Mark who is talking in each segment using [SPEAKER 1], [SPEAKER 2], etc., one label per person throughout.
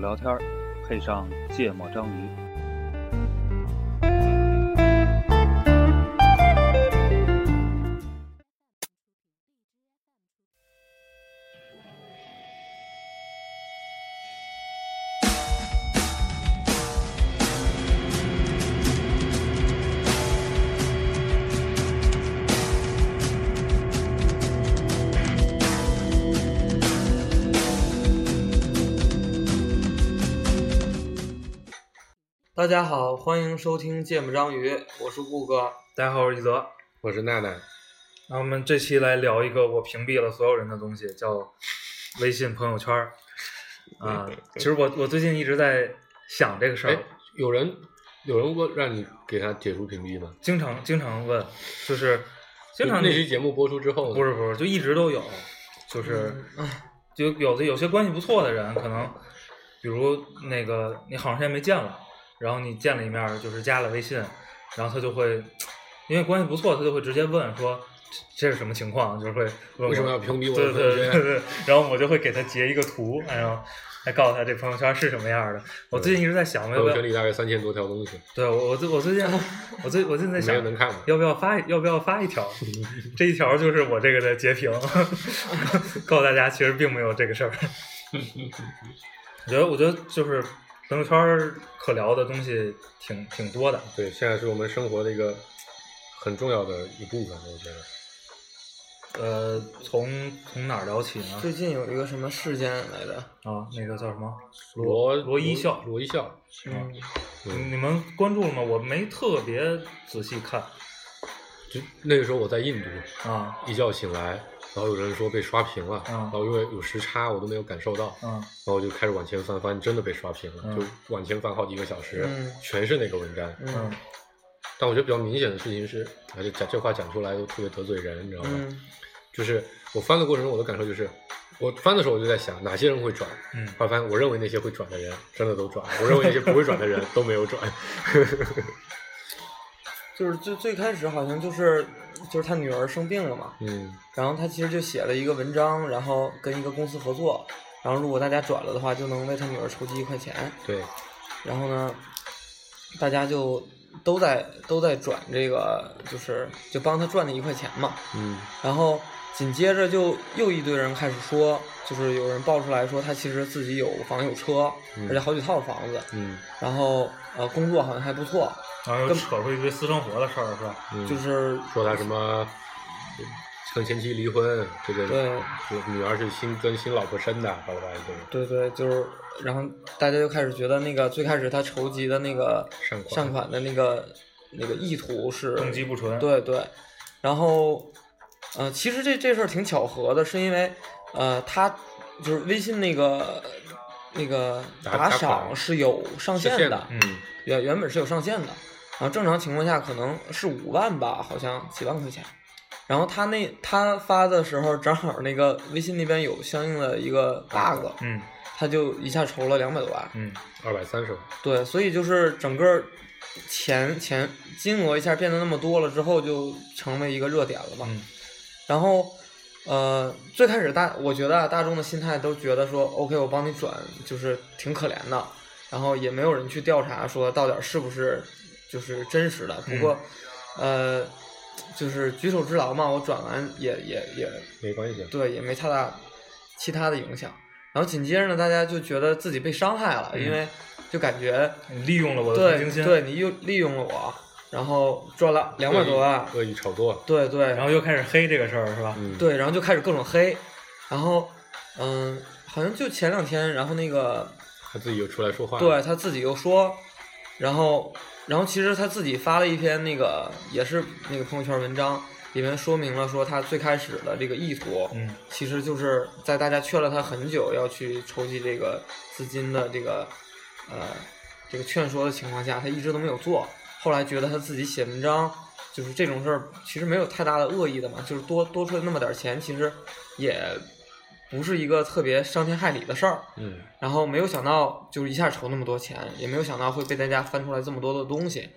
[SPEAKER 1] 聊天，配上芥末章鱼。
[SPEAKER 2] 大家好，欢迎收听《芥末章鱼》，我是顾哥。
[SPEAKER 3] 大家好，我是一泽。
[SPEAKER 4] 我是娜娜，
[SPEAKER 3] 那我们这期来聊一个我屏蔽了所有人的东西，叫微信朋友圈儿。 啊、其实我我最近一直在想这个事
[SPEAKER 4] 哎
[SPEAKER 3] 儿，，
[SPEAKER 4] 有人有人问让你给他解除屏蔽吗？
[SPEAKER 3] 经常经常问，就是经常
[SPEAKER 4] 那期节目播出之后呢，
[SPEAKER 3] 不是不是，就一直都有，就是
[SPEAKER 4] 嗯啊
[SPEAKER 3] 就有的有些关系不错的人，可能比如那个你好长时间没见了，然后你见了一面儿，就是加了微信，然后他就会因为关系不错，他就会直接问说这这是什么情况，就是会问
[SPEAKER 4] 为什么
[SPEAKER 3] 我
[SPEAKER 4] 要屏蔽我
[SPEAKER 3] 对
[SPEAKER 4] 的朋
[SPEAKER 3] 对
[SPEAKER 4] 友
[SPEAKER 3] 对
[SPEAKER 4] 圈？
[SPEAKER 3] 对对，然后我就会给他截一个图，哎呦，来告诉他这朋友圈是什么样的。我最近一直在想，我
[SPEAKER 4] 朋
[SPEAKER 3] 要不
[SPEAKER 4] 友
[SPEAKER 3] 要
[SPEAKER 4] 圈？里大概三千多条东西，
[SPEAKER 3] 对我我最我最近我最我最近在
[SPEAKER 4] 没
[SPEAKER 3] 想
[SPEAKER 4] 人，能看的。
[SPEAKER 3] 要不要发要不要发一 条？这一条就是我这个的截屏， 告诉大家其实并没有这个 事儿。我觉得我觉得就是朋友圈儿可聊的东西挺挺多的，
[SPEAKER 4] 对，现在是我们生活的一个很重要的一部分，我觉得。
[SPEAKER 3] 呃，从从哪儿聊起呢？
[SPEAKER 2] 最近有一个什么事件来着？
[SPEAKER 3] 啊，那个叫什么？
[SPEAKER 4] 罗
[SPEAKER 3] 罗一笑
[SPEAKER 4] 罗一笑，
[SPEAKER 2] 嗯，
[SPEAKER 3] 你你们关注了吗？我没特别仔细看
[SPEAKER 4] 就那个时候我在印度，
[SPEAKER 3] 啊。
[SPEAKER 4] 一觉醒来，然后有人说被刷屏了，
[SPEAKER 3] 嗯
[SPEAKER 4] 然后因为有时差，我都没有感受到，
[SPEAKER 3] 嗯
[SPEAKER 4] 然后就开始往前翻翻，真的被刷屏了，
[SPEAKER 3] 嗯
[SPEAKER 4] 就往前翻好几个小时，
[SPEAKER 2] 嗯
[SPEAKER 4] 全是那个文章。
[SPEAKER 2] 嗯
[SPEAKER 4] 但我觉得比较明显的事情是，而且讲这话讲出来都特别得罪人，你知道吗？
[SPEAKER 2] 嗯
[SPEAKER 4] 就是我翻的过程中，我的感受就是，我翻的时候我就在想哪些人会转，
[SPEAKER 3] 嗯
[SPEAKER 4] 后来发现我认为那些会转的人真的都转，我认为那些不会转的人都没有转。
[SPEAKER 2] 就是最最开始好像就是就是他女儿生病了嘛，
[SPEAKER 4] 嗯，
[SPEAKER 2] 然后他其实就写了一个文章，然后跟一个公司合作，然后如果大家转了的话，就能为他女儿筹集一块钱。
[SPEAKER 4] 对，
[SPEAKER 2] 然后呢，大家就都在都在转这个，就是就帮他赚了一块钱嘛。
[SPEAKER 4] 嗯
[SPEAKER 2] 然后紧接着就又一堆人开始说，就是有人爆出来说他其实自己有房有车，
[SPEAKER 4] 嗯
[SPEAKER 2] 而且好几套房子，
[SPEAKER 4] 嗯
[SPEAKER 2] 然后呃工作好像还不错，
[SPEAKER 3] 然后又扯出一堆私生活的事儿，是吧？
[SPEAKER 4] 嗯，
[SPEAKER 2] 就是
[SPEAKER 4] 说他什么跟前妻离婚，这个
[SPEAKER 2] 对
[SPEAKER 4] 就女儿是新跟新老婆生的，巴拉巴拉一堆
[SPEAKER 2] 对对，就是然后大家就开始觉得那个最开始他筹集的那个
[SPEAKER 4] 善款
[SPEAKER 2] 善款的那个那个意图是
[SPEAKER 3] 动机不纯。
[SPEAKER 2] 对对，然后，呃，其实这这事儿挺巧合的，是因为，呃，他就是微信那个那个
[SPEAKER 4] 打
[SPEAKER 2] 打
[SPEAKER 4] 打
[SPEAKER 2] 赏
[SPEAKER 4] 款
[SPEAKER 2] 是有上
[SPEAKER 4] 下
[SPEAKER 2] 限
[SPEAKER 4] 线
[SPEAKER 2] 的
[SPEAKER 4] 的，
[SPEAKER 3] 嗯
[SPEAKER 2] 原原本是有上限的，然后正常情况下可能是五万吧，好像几万块钱。然后他那他发的时候，正好那个微信那边有相应的一个 bug，
[SPEAKER 3] 嗯
[SPEAKER 2] 他就一下筹了两百多万。
[SPEAKER 3] 嗯
[SPEAKER 4] 二百三十万，
[SPEAKER 2] 对，所以就是整个钱钱金额一下变得那么多了之后，就成为一个热点了嘛。
[SPEAKER 3] 嗯
[SPEAKER 2] 然后，呃，最开始大我觉得啊，大众的心态都觉得说，OK，我帮你转，就是挺可怜的，然后也没有人去调查说到底是不是就是真实的。不过，
[SPEAKER 3] 嗯
[SPEAKER 2] 呃，就是举手之劳嘛，我转完也也也
[SPEAKER 4] 没关系。
[SPEAKER 2] 对，也没太大其他的影响。然后紧接着呢，大家就觉得自己被伤害了，
[SPEAKER 3] 嗯
[SPEAKER 2] 因为就感觉
[SPEAKER 3] 你利用了我的同
[SPEAKER 2] 对
[SPEAKER 3] 情心，
[SPEAKER 2] 对，你又利用了我，然后赚了两百多万，
[SPEAKER 4] 恶意炒作，
[SPEAKER 2] 对对，
[SPEAKER 3] 然后又开始黑这个事儿，是吧？
[SPEAKER 4] 嗯，
[SPEAKER 2] 对，然后就开始各种黑，然后嗯，好像就前两天，然后那个
[SPEAKER 4] 他自己又出来说话，
[SPEAKER 2] 对他自己又说，然后然后其实他自己发了一篇那个也是那个朋友圈文章，里面说明了说他最开始的这个意图，
[SPEAKER 3] 嗯
[SPEAKER 2] 其实就是在大家劝了他很久要去筹集这个资金的这个呃这个劝说的情况下，他一直都没有做。后来觉得他自己写文章就是这种事儿，其实没有太大的恶意的嘛，就是多多出来那么点儿钱，其实也不是一个特别伤天害理的事儿。
[SPEAKER 4] 嗯，
[SPEAKER 2] 然后没有想到就是一下筹那么多钱，也没有想到会被大家翻出来这么多的东西，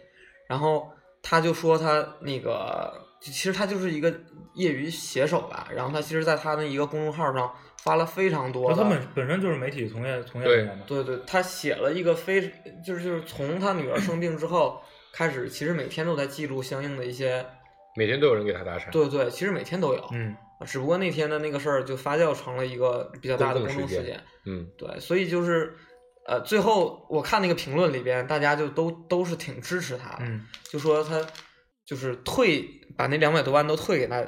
[SPEAKER 2] 然后他就说他那个，其实他就是一个业余写手吧。然后他其实，在他的一个公众号上发了非常多
[SPEAKER 3] 然
[SPEAKER 2] 的，
[SPEAKER 3] 后哦他本本身就是媒体从业从业
[SPEAKER 4] 对
[SPEAKER 3] 人员嘛，
[SPEAKER 2] 对对，他写了一个非，就是就是从他女儿生病之后开始，其实每天都在记录相应的一些，
[SPEAKER 4] 每天都有人给他打赏，
[SPEAKER 2] 对对，其实每天都有，
[SPEAKER 3] 嗯，
[SPEAKER 2] 只不过那天的那个事儿就发酵成了一个比较大的
[SPEAKER 4] 公
[SPEAKER 2] 公
[SPEAKER 4] 共
[SPEAKER 2] 众
[SPEAKER 4] 事
[SPEAKER 2] 事
[SPEAKER 4] 件
[SPEAKER 2] 件。
[SPEAKER 4] 嗯，
[SPEAKER 2] 对，所以就是，呃，最后我看那个评论里边，大家就都都是挺支持他
[SPEAKER 4] 啊
[SPEAKER 2] 的，
[SPEAKER 3] 嗯
[SPEAKER 2] 就说他就是退把那两百多万都退给他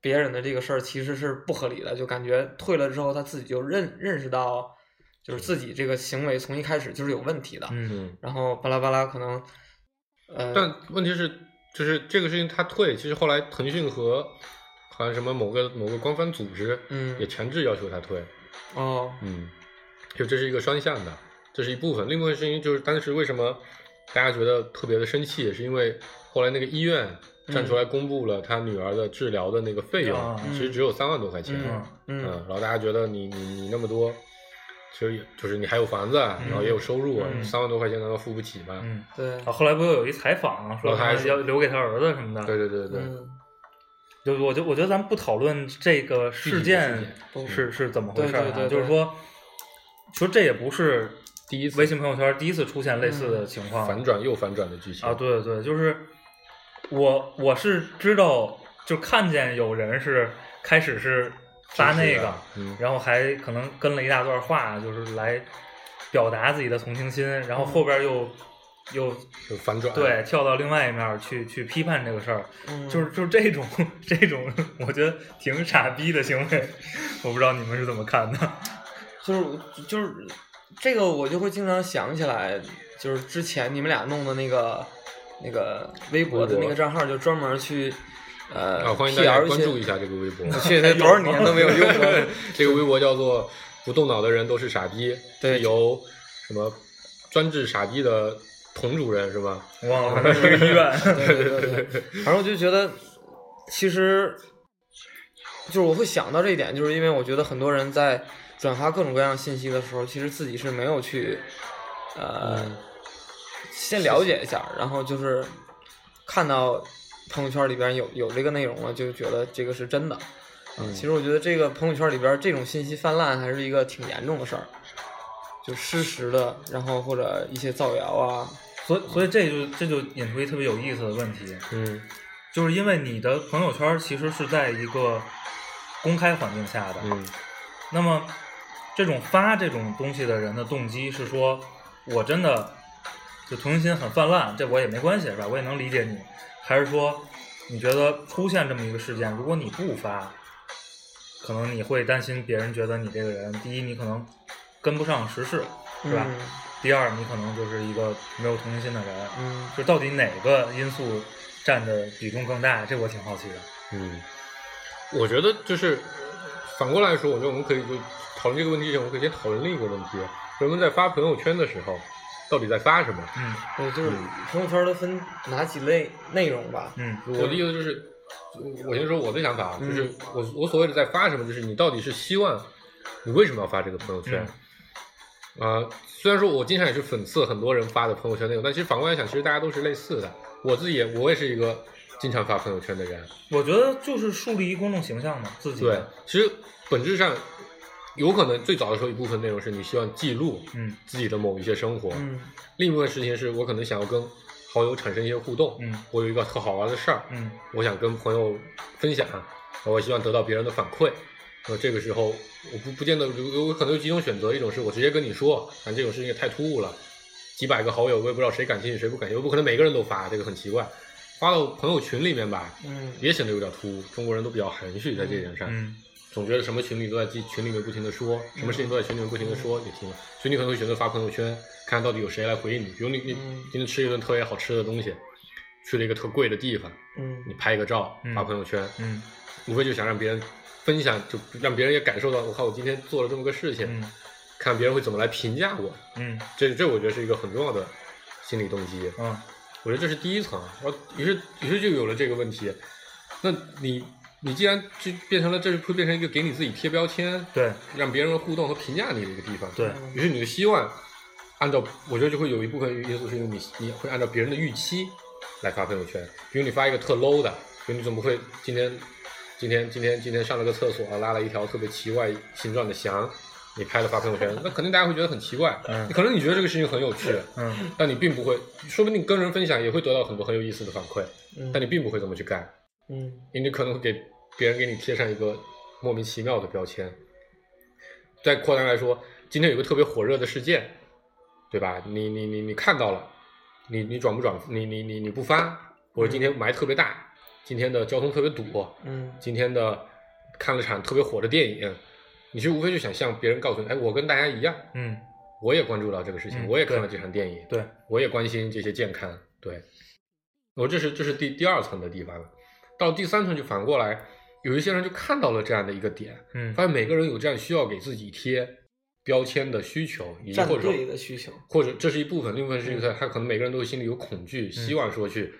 [SPEAKER 2] 别人的这个事儿，其实是不合理的，就感觉退了之后他自己就认认识到，就是自己这个行为从一开始就是有问题的，
[SPEAKER 3] 嗯
[SPEAKER 4] 嗯，
[SPEAKER 2] 然后巴拉巴拉可能，呃，
[SPEAKER 4] 但问题是，就是这个事情他退，其实后来腾讯和好像什么某个某个官方组织，
[SPEAKER 2] 嗯
[SPEAKER 4] 也强制要求他退，
[SPEAKER 2] 哦，
[SPEAKER 4] 嗯，就这是一个双向的，这是一部分。另一部分事情就是当时为什么大家觉得特别的生气，也是因为后来那个医院站出来公布了他女儿的治疗的那个费用，
[SPEAKER 3] 啊
[SPEAKER 4] 其实只有三万多块钱。
[SPEAKER 2] 嗯
[SPEAKER 4] 嗯，
[SPEAKER 2] 嗯
[SPEAKER 4] 然后大家觉得你你你那么多，其实也就是你还有房子啊，
[SPEAKER 3] 嗯
[SPEAKER 4] 然后也有收入啊，
[SPEAKER 2] 嗯
[SPEAKER 4] 三、万多块钱难道付不起吗？
[SPEAKER 3] 嗯。
[SPEAKER 2] 对
[SPEAKER 3] 啊，，后来不又有一采访啊说
[SPEAKER 4] 然后他还
[SPEAKER 3] 他
[SPEAKER 4] 说
[SPEAKER 3] 要留给他儿子什么的，
[SPEAKER 4] 对对对对，
[SPEAKER 2] 嗯，
[SPEAKER 3] 就我就我觉得咱们不讨论这个事
[SPEAKER 4] 具体
[SPEAKER 3] 件
[SPEAKER 4] 的
[SPEAKER 2] 不
[SPEAKER 3] 是是怎么回事儿啊，
[SPEAKER 2] 对对对对
[SPEAKER 3] 就是说，说这也不是
[SPEAKER 4] 第一次嗯
[SPEAKER 3] 微信朋友圈第一次出现类似的情
[SPEAKER 2] 啊
[SPEAKER 3] 况，
[SPEAKER 4] 反转又反转的剧情
[SPEAKER 3] 啊，，对对，就是我我是知道，就看见有人是开始是发那
[SPEAKER 4] 支持
[SPEAKER 3] 个
[SPEAKER 4] 的，嗯
[SPEAKER 3] 然后还可能跟了一大段话，就是来表达自己的同情心，然后
[SPEAKER 2] 嗯
[SPEAKER 3] 后边又、又
[SPEAKER 4] 就反转，
[SPEAKER 3] 对，跳到另外一面儿去去批判这个事儿，
[SPEAKER 2] 嗯
[SPEAKER 3] 就是就是这种这种，我觉得挺傻逼的行为，我不知道你们是怎么看的。
[SPEAKER 2] 就是我就是这个，我就会经常想起来，就是之前你们俩弄的那个那个微博
[SPEAKER 4] 微
[SPEAKER 2] 的
[SPEAKER 4] 博
[SPEAKER 2] 那个账号，就专门去呃、
[SPEAKER 4] 啊，欢迎大
[SPEAKER 2] PR
[SPEAKER 4] 家
[SPEAKER 2] 一
[SPEAKER 4] 关
[SPEAKER 2] 些
[SPEAKER 4] 注一下这个微博，
[SPEAKER 2] 去那多少年都没有用过。
[SPEAKER 4] 这个微博叫做“不动脑的人都是傻逼”，
[SPEAKER 2] 对
[SPEAKER 4] 是由什么专治傻逼的童主任是吧？
[SPEAKER 3] 我忘了，反正是一个医院。
[SPEAKER 2] 对对对对， 反正我就觉得，其实就是我会想到这一点，就是因为我觉得很多人在转发各种各样信息的时候，其实自己是没有去呃、先了解一下，然后就是看到朋友圈里边有有这个内容了，就觉得这个是真的。啊
[SPEAKER 4] 嗯
[SPEAKER 2] 其实我觉得这个朋友圈里边这种信息泛滥还是一个挺严重的事儿，就失实的，然后或者一些造谣啊，
[SPEAKER 3] 所以所以这就这就引出一特别有意思的问题，
[SPEAKER 4] 嗯
[SPEAKER 3] 就是因为你的朋友圈其实是在一个公开环境下的，
[SPEAKER 4] 嗯
[SPEAKER 3] 那么这种发这种东西的人的动机是说，我真的就同情心很泛滥，这我也没关系是吧？我也能理解你，还是说你觉得出现这么一个事件，如果你不发，可能你会担心别人觉得你这个人，第一你可能跟不上时事，是吧？
[SPEAKER 2] 嗯
[SPEAKER 3] 第二你可能就是一个没有同情心的人，
[SPEAKER 2] 嗯
[SPEAKER 3] 就到底哪个因素占的比重更大？这我挺好奇的。
[SPEAKER 4] 嗯，我觉得就是反过来说，我觉得我们可以就讨论这个问题之前，我们可以先讨论另一个问题：人们在发朋友圈的时候，到底在发什么？
[SPEAKER 3] 嗯
[SPEAKER 2] 对，就是
[SPEAKER 4] 嗯
[SPEAKER 2] 朋友圈都分哪几类内容吧？
[SPEAKER 3] 嗯
[SPEAKER 4] 我的意思就是，我先说我的想法，啊，
[SPEAKER 2] 嗯
[SPEAKER 4] 就是我我所谓的在发什么，就是你到底是希望，你为什么要发这个朋友
[SPEAKER 3] 嗯
[SPEAKER 4] 圈？啊、虽然说我经常也是讽刺很多人发的朋友圈内容，但其实反过来想，其实大家都是类似的。我自己也我也是一个经常发朋友圈的人，
[SPEAKER 3] 我觉得就是树立一公众形象嘛，自己
[SPEAKER 4] 对
[SPEAKER 3] 的，
[SPEAKER 4] 其实本质上有可能最早的时候一部分内容是你希望记录
[SPEAKER 3] 嗯
[SPEAKER 4] 自己的某一些生活，
[SPEAKER 2] 嗯
[SPEAKER 4] 另一部分事情是我可能想要跟好友产生一些互动，
[SPEAKER 3] 嗯
[SPEAKER 4] 我有一个特好玩的事儿，
[SPEAKER 3] 嗯
[SPEAKER 4] 我想跟朋友分享，啊我希望得到别人的反馈。呃，这个时候我不不见得，我我可能有几种选择，一种是我直接跟你说，但这种事情也太突兀了，几百个好友我也不知道谁感兴趣谁不感兴趣，我不可能每个人都发，这个很奇怪。发到朋友群里面吧，
[SPEAKER 2] 嗯
[SPEAKER 4] 也显得有点突兀。中国人都比较含蓄在这点上，
[SPEAKER 3] 嗯
[SPEAKER 4] 总觉得什么群里都在记群里面不停的说，什么事情都在群里面不停的说，也听了，所以你可能会选择发朋友圈，看到底有谁来回应你。比如你你
[SPEAKER 2] 嗯
[SPEAKER 4] 今天吃一顿特别好吃的东西，去了一个特贵的地方，你
[SPEAKER 2] 嗯
[SPEAKER 4] 拍一个照
[SPEAKER 3] 嗯
[SPEAKER 4] 发朋友圈，
[SPEAKER 3] 嗯
[SPEAKER 4] 无非就想让别人分享，就让别人也感受到，我靠，我今天做了这么个事情，
[SPEAKER 3] 嗯
[SPEAKER 4] 看别人会怎么来评价我。
[SPEAKER 3] 嗯
[SPEAKER 4] 这这我觉得是一个很重要的心理动机。
[SPEAKER 3] 嗯
[SPEAKER 4] 我觉得这是第一层，然后于是于是就有了这个问题。那你你既然就变成了，这会变成一个给你自己贴标签，
[SPEAKER 3] 对
[SPEAKER 4] 让别人互动和评价你的一个地方。
[SPEAKER 3] 对
[SPEAKER 2] 嗯
[SPEAKER 4] 于是你的希望，按照我觉得就会有一部分因素是因为你你会按照别人的预期来发朋友圈。比如你发一个特 low 的，比如你总不会今天今天今天今天上了个厕所、啊拉了一条特别奇怪形状的翔，你拍了发朋友圈，那肯定大家会觉得很奇怪。
[SPEAKER 3] 嗯
[SPEAKER 4] 可能你觉得这个事情很有趣，
[SPEAKER 3] 嗯，
[SPEAKER 4] 但你并不会，说不定跟人分享也会得到很多很有意思的反馈，
[SPEAKER 2] 嗯
[SPEAKER 4] 但你并不会这么去干。
[SPEAKER 2] 嗯
[SPEAKER 4] 因为你可能会给别人给你贴上一个莫名其妙的标签。再扩大来说，今天有个特别火热的事件，对吧？你你你你看到了，你你转不转？你你你你不发，或者今天霾特别大，今天的交通特别堵，
[SPEAKER 2] 嗯
[SPEAKER 4] 今天的看了场特别火的电影，你就无非就想向别人告诉你，哎，我跟大家一样，
[SPEAKER 3] 嗯，
[SPEAKER 4] 我也关注到这个事情，
[SPEAKER 3] 嗯
[SPEAKER 4] 我也看了
[SPEAKER 3] 对
[SPEAKER 4] 这场电影，
[SPEAKER 3] 对，
[SPEAKER 4] 我也关心这些健康。对，我这是这是第第二层的地方了。到第三层就反过来，有一些人就看到了这样的一个点，
[SPEAKER 3] 嗯
[SPEAKER 4] 发现每个人有这样需要给自己贴标签的需求，以及
[SPEAKER 2] 站
[SPEAKER 4] 或者
[SPEAKER 2] 队的需求，嗯
[SPEAKER 4] 或者这是一部分，另一部分是因为他可能每个人都心里有恐惧，希望说去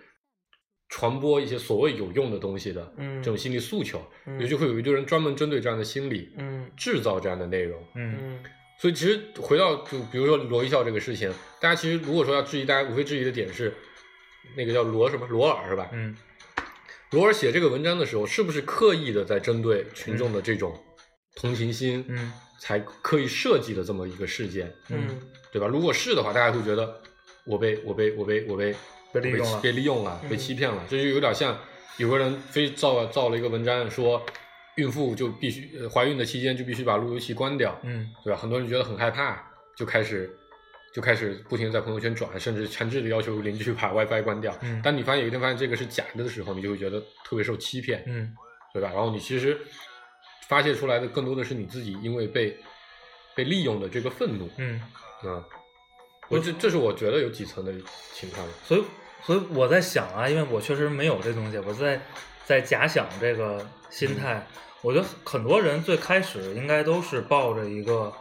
[SPEAKER 4] 传播一些所谓有用的东西的
[SPEAKER 2] 嗯
[SPEAKER 4] 这种心理诉求，
[SPEAKER 2] 嗯
[SPEAKER 4] 也就会有一堆人专门针对这样的心理
[SPEAKER 2] 嗯
[SPEAKER 4] 制造这样的内容。
[SPEAKER 3] 嗯
[SPEAKER 2] 嗯
[SPEAKER 4] 所以其实回到就比如说罗一笑这个事情，大家其实如果说要质疑，大家无非质疑的点是，那个叫罗什么罗尔是吧？
[SPEAKER 3] 嗯
[SPEAKER 4] 罗尔写这个文章的时候，是不是刻意的在针对群众的这种同情心，
[SPEAKER 3] 嗯，
[SPEAKER 4] 才刻意设计的这么一个事件，
[SPEAKER 2] 嗯
[SPEAKER 4] 对吧？如果是的话，大家会觉得我被我被我被我被
[SPEAKER 3] 被利用了
[SPEAKER 4] 我被被利用了，
[SPEAKER 2] 嗯
[SPEAKER 4] 被欺骗了，这就有点像有个人非造造了一个文章说，孕妇就必须呃怀孕的期间就必须把路由器关掉，
[SPEAKER 3] 嗯
[SPEAKER 4] 对吧？很多人觉得很害怕，就开始就开始不停地在朋友圈转，甚至强制的要求邻居把 WiFi 关掉。
[SPEAKER 3] 嗯
[SPEAKER 4] 当你发现有一天发现这个是假的的时候，你就会觉得特别受欺骗，
[SPEAKER 3] 嗯
[SPEAKER 4] 对吧？然后你其实发泄出来的更多的是你自己因为被被利用的这个愤怒
[SPEAKER 3] 嗯，
[SPEAKER 4] 啊。我这这是我觉得有几层的情况，
[SPEAKER 3] 所以所以我在想啊，因为我确实没有这东西，我在在假想这个心态。我觉得很多人最开始应该都是抱着一个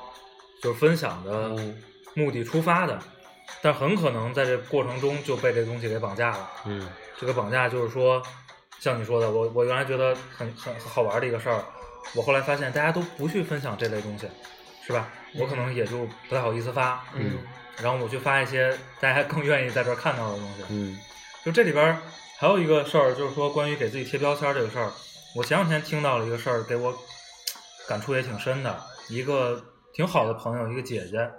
[SPEAKER 3] 就是分享的
[SPEAKER 4] 嗯
[SPEAKER 3] 目的出发的，但很可能在这过程中就被这东西给绑架了。
[SPEAKER 4] 嗯
[SPEAKER 3] 这个绑架就是说，像你说的，我我原来觉得很很很好玩的一个事儿，我后来发现大家都不去分享这类东西，是吧？我可能也就不太好意思发，
[SPEAKER 2] 嗯
[SPEAKER 3] 然后我去发一些大家更愿意在这儿看到的东西。
[SPEAKER 4] 嗯
[SPEAKER 3] 就这里边儿还有一个事儿，就是说关于给自己贴标签儿这个事儿，我前两天听到了一个事儿，给我感触也挺深的。一个挺好的朋友，一个姐姐，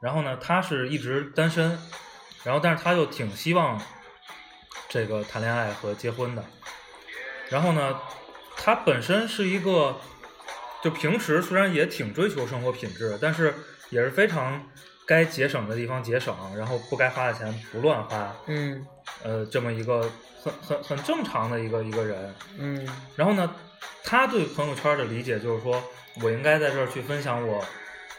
[SPEAKER 3] 然后呢，她是一直单身，然后但是她又挺希望这个谈恋爱和结婚的。然后呢，她本身是一个，就平时虽然也挺追求生活品质，但是也是非常该节省的地方节省，然后不该花的钱不乱花。
[SPEAKER 2] 嗯
[SPEAKER 3] 呃这么一个很很很正常的一个一个人。
[SPEAKER 2] 嗯
[SPEAKER 3] 然后呢，他对朋友圈的理解就是说我应该在这儿去分享我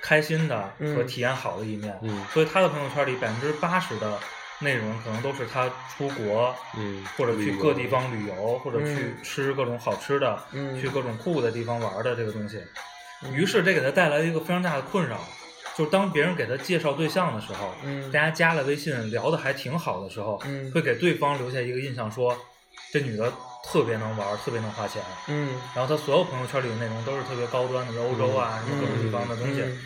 [SPEAKER 3] 开心的
[SPEAKER 2] 嗯
[SPEAKER 3] 和体验好的一面。
[SPEAKER 4] 嗯
[SPEAKER 3] 所以他的朋友圈里百分之八十的内容可能都是他出国，
[SPEAKER 4] 嗯
[SPEAKER 3] 或者去各地方旅游，或者去
[SPEAKER 2] 嗯
[SPEAKER 3] 吃各种好吃的，
[SPEAKER 2] 嗯
[SPEAKER 3] 去各种酷的地方玩的这个东西。
[SPEAKER 2] 嗯
[SPEAKER 3] 于是这给他带来一个非常大的困扰，就是当别人给他介绍对象的时候，
[SPEAKER 2] 嗯
[SPEAKER 3] 大家加了微信聊的还挺好的时候，
[SPEAKER 2] 嗯
[SPEAKER 3] 会给对方留下一个印象说，这女的特别能玩，特别能花钱。
[SPEAKER 2] 嗯
[SPEAKER 3] 然后她所有朋友圈里的内容都是特别高端的，比如欧洲啊、
[SPEAKER 4] 嗯
[SPEAKER 3] 什么各种地方的东西，
[SPEAKER 2] 嗯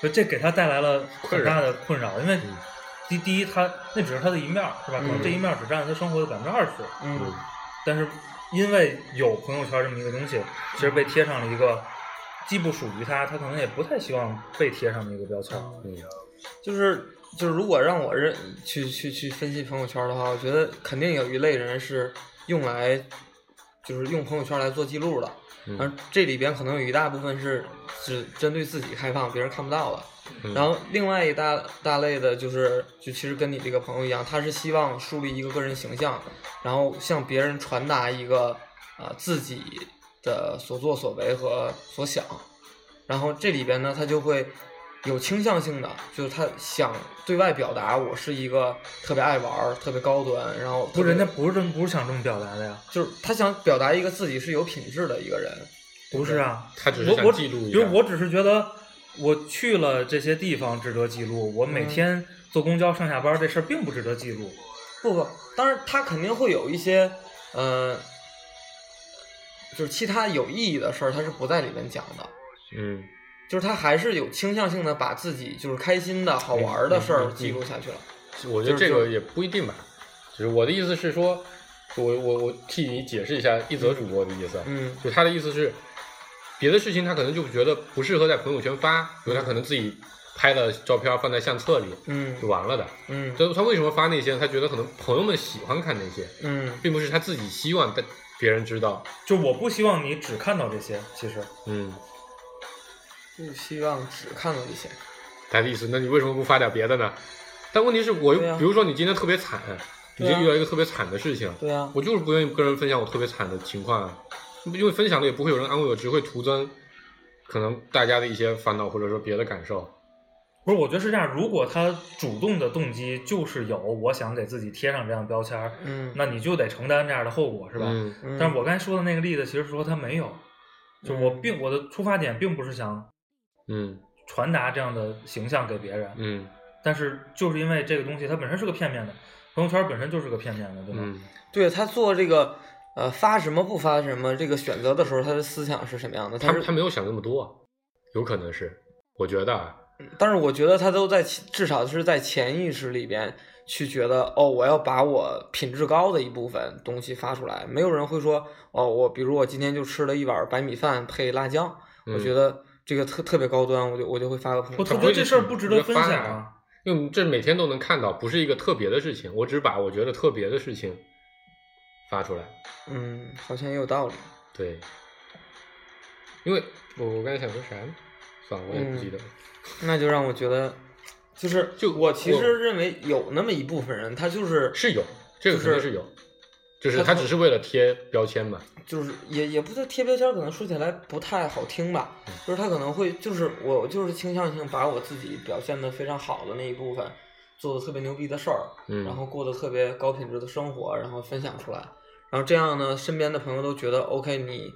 [SPEAKER 3] 所以这给她带来了很大的困扰，因为
[SPEAKER 4] 嗯
[SPEAKER 3] 第第一，她那只是她的一面儿，是吧？可能
[SPEAKER 2] 嗯
[SPEAKER 3] 这一面儿只占了她生活的百分之二十，
[SPEAKER 2] 嗯
[SPEAKER 3] 但是因为有朋友圈这么一个东西，其实被贴上了一个既不属于她，她可能也不太希望被贴上的一个标
[SPEAKER 2] 啊
[SPEAKER 3] 签。
[SPEAKER 4] 嗯
[SPEAKER 2] 就是就是，如果让我认去去去分析朋友圈的话，我觉得肯定有一类人是用来就是用朋友圈来做记录的，
[SPEAKER 4] 嗯
[SPEAKER 2] 而这里边可能有一大部分是只针对自己开放，别人看不到的。
[SPEAKER 4] 嗯
[SPEAKER 2] 然后另外一大大类的就是，就其实跟你这个朋友一样，他是希望树立一个个人形象，然后向别人传达一个啊、呃自己的所作所为和所想。然后这里边呢，他就会有倾向性的，就是他想对外表达我是一个特别爱玩儿、特别高端，然后特
[SPEAKER 3] 不，
[SPEAKER 2] 别
[SPEAKER 3] 人家不是这么不是想这么表达的呀，
[SPEAKER 2] 就是他想表达一个自己是有品质的一个人。
[SPEAKER 3] 不是啊。
[SPEAKER 4] 他只是
[SPEAKER 3] 我我
[SPEAKER 4] 想记录一
[SPEAKER 3] 比
[SPEAKER 4] 下，
[SPEAKER 3] 如我只是觉得我去了这些地方值得记录，我每
[SPEAKER 2] 嗯
[SPEAKER 3] 天坐公交上下班这事儿并不值得记录。
[SPEAKER 2] 不不，当然他肯定会有一些，呃，就是其他有意义的事儿，他是不在里面讲的。
[SPEAKER 4] 嗯
[SPEAKER 2] 就是他还是有倾向性的把嗯自己就是开心的好玩儿的事儿记录下去了。
[SPEAKER 4] 嗯我觉得
[SPEAKER 2] 就
[SPEAKER 4] 这
[SPEAKER 2] 是就
[SPEAKER 4] 个也不一定吧，就是我的意思是说，我我我替你解释一下一则主播的意思啊，
[SPEAKER 2] 嗯
[SPEAKER 4] 就他的意思是，别的事情他可能就觉得不适合在朋友圈发，比如他可能自己拍了照片放在相册里
[SPEAKER 2] 嗯
[SPEAKER 4] 就完了的。
[SPEAKER 2] 嗯
[SPEAKER 4] 所以他为什么发那些？他觉得可能朋友们喜欢看那些，
[SPEAKER 2] 嗯
[SPEAKER 4] 并不是他自己希望但别人知道。
[SPEAKER 3] 就我不希望你只看到这些，其实
[SPEAKER 4] 嗯，
[SPEAKER 2] 不希望只看到这些。
[SPEAKER 4] 他的意思，那你为什么不发点别的呢？但问题是我又，
[SPEAKER 2] 对啊
[SPEAKER 4] 比如说你今天特别惨，你今
[SPEAKER 2] 对啊
[SPEAKER 4] 天遇到一个特别惨的事情，
[SPEAKER 2] 对啊，
[SPEAKER 4] 我就是不愿意跟人分享我特别惨的情况啊，因为分享了也不会有人安慰我，只会徒增可能大家的一些烦恼或者说别的感受。
[SPEAKER 3] 不是，我觉得是这样。如果他主动的动机就是有我想给自己贴上这样的标签儿，
[SPEAKER 2] 嗯，
[SPEAKER 3] 那你就得承担这样的后果，是吧？
[SPEAKER 4] 嗯
[SPEAKER 2] 嗯
[SPEAKER 3] 但是我刚才说的那个例子，其实说他没有，就我并我的出发点并不是想
[SPEAKER 4] 嗯
[SPEAKER 3] 传达这样的形象给别人，
[SPEAKER 4] 嗯
[SPEAKER 3] 但是就是因为这个东西它本身是个片面的，朋友圈本身就是个片面的，对吧？
[SPEAKER 4] 嗯
[SPEAKER 2] 对他做这个呃发什么不发什么这个选择的时候，他的思想是什么样的？
[SPEAKER 4] 他
[SPEAKER 2] 是
[SPEAKER 4] 他没有想那么多，啊有可能是，我觉得啊，
[SPEAKER 2] 但是我觉得他都在其至少是在潜意识里边去觉得，哦，我要把我品质高的一部分东西发出来。没有人会说，哦，我比如我今天就吃了一碗白米饭配辣酱，我觉
[SPEAKER 4] 得，
[SPEAKER 2] 得这个特特别高端，我就我就会发个朋友
[SPEAKER 3] 我
[SPEAKER 2] 圈
[SPEAKER 3] 特
[SPEAKER 4] 他
[SPEAKER 3] 觉得这事儿不值得分享
[SPEAKER 4] 我觉得发
[SPEAKER 3] 啊。
[SPEAKER 4] 因为我们这每天都能看到，不是一个特别的事情，我只把我觉得特别的事情发出来。
[SPEAKER 2] 嗯，好像也有道理。
[SPEAKER 4] 对，因为我我刚才想说啥呢？算了，我也不记得了。
[SPEAKER 2] 那就让我觉得，就是
[SPEAKER 4] 就
[SPEAKER 2] 我其
[SPEAKER 4] 我
[SPEAKER 2] 实认为有那么一部分人，他就是
[SPEAKER 4] 是有，这个肯定
[SPEAKER 2] 就是
[SPEAKER 4] 是有，就是他
[SPEAKER 2] 他
[SPEAKER 4] 只是为了贴标签嘛。
[SPEAKER 2] 就是也也不叫贴标签儿，可能说起来不太好听吧。就是他可能会就是我就是倾向性把我自己表现的非常好的那一部分，做的特别牛逼的事儿，
[SPEAKER 4] 嗯，
[SPEAKER 2] 然后过得特别高品质的生活，然后分享出来，然后这样呢，身边的朋友都觉得 OK，你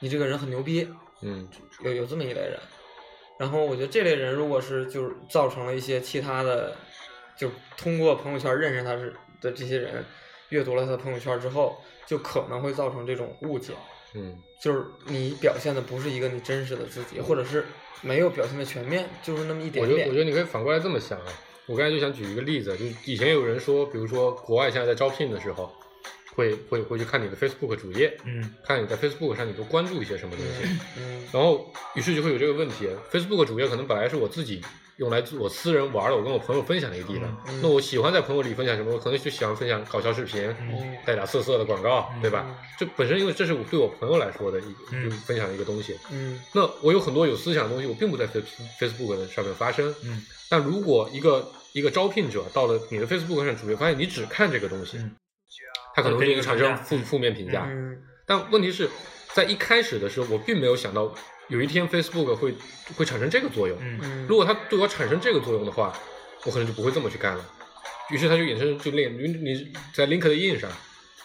[SPEAKER 2] 你这个人很牛逼，
[SPEAKER 4] 嗯
[SPEAKER 2] 有有这么一类人。然后我觉得这类人如果是就是造成了一些其他的，就通过朋友圈认识他是的这些人，阅读了他的朋友圈之后，就可能会造成这种误解，
[SPEAKER 4] 嗯
[SPEAKER 2] 就是你表现的不是一个你真实的自己，或者是没有表现的全面，就是那么一
[SPEAKER 4] 我觉
[SPEAKER 2] 点
[SPEAKER 4] 得我觉
[SPEAKER 2] 点。
[SPEAKER 4] 得你可以反过来这么想啊。我刚才就想举一个例子，啊就是以前有人说，比如说国外现在在招聘的时候，会会会去看你的 Facebook 主页，
[SPEAKER 3] 嗯
[SPEAKER 4] 看你在 Facebook 上你都关注一些什么东西，
[SPEAKER 2] 嗯
[SPEAKER 4] 然后于是就会有这个问题，Facebook 啊主页可能本来是我自己用来自我私人玩的，我跟我朋友分享的一地方。
[SPEAKER 2] 嗯
[SPEAKER 4] 那我喜欢在朋友里分享什么？我可能就喜欢分享搞笑视频，
[SPEAKER 3] 嗯
[SPEAKER 4] 带点色色的广告，
[SPEAKER 3] 嗯
[SPEAKER 4] 对吧？这本身因为这是我对我朋友来说的一
[SPEAKER 3] 嗯
[SPEAKER 4] 就分享的一个东西。
[SPEAKER 2] 嗯
[SPEAKER 4] 那我有很多有思想的东西，我并不在 Face Facebook 的上面发生。
[SPEAKER 3] 嗯
[SPEAKER 4] 但如果一个一个招聘者到了你的 Facebook 上主页，发现你只看这个东西，
[SPEAKER 3] 嗯
[SPEAKER 4] 他可能
[SPEAKER 3] 会给
[SPEAKER 4] 对
[SPEAKER 3] 你
[SPEAKER 4] 你产
[SPEAKER 3] 评
[SPEAKER 4] 生
[SPEAKER 3] 价
[SPEAKER 4] 负负面评价。
[SPEAKER 2] 嗯
[SPEAKER 4] 但问题是在一开始的时候，我并没有想到有一天 Facebook 会会产生这个作用。
[SPEAKER 3] 嗯
[SPEAKER 2] 嗯，
[SPEAKER 4] 如果它对我产生这个作用的话，我可能就不会这么去干了。于是它就衍生就另你你在 LinkedIn 上，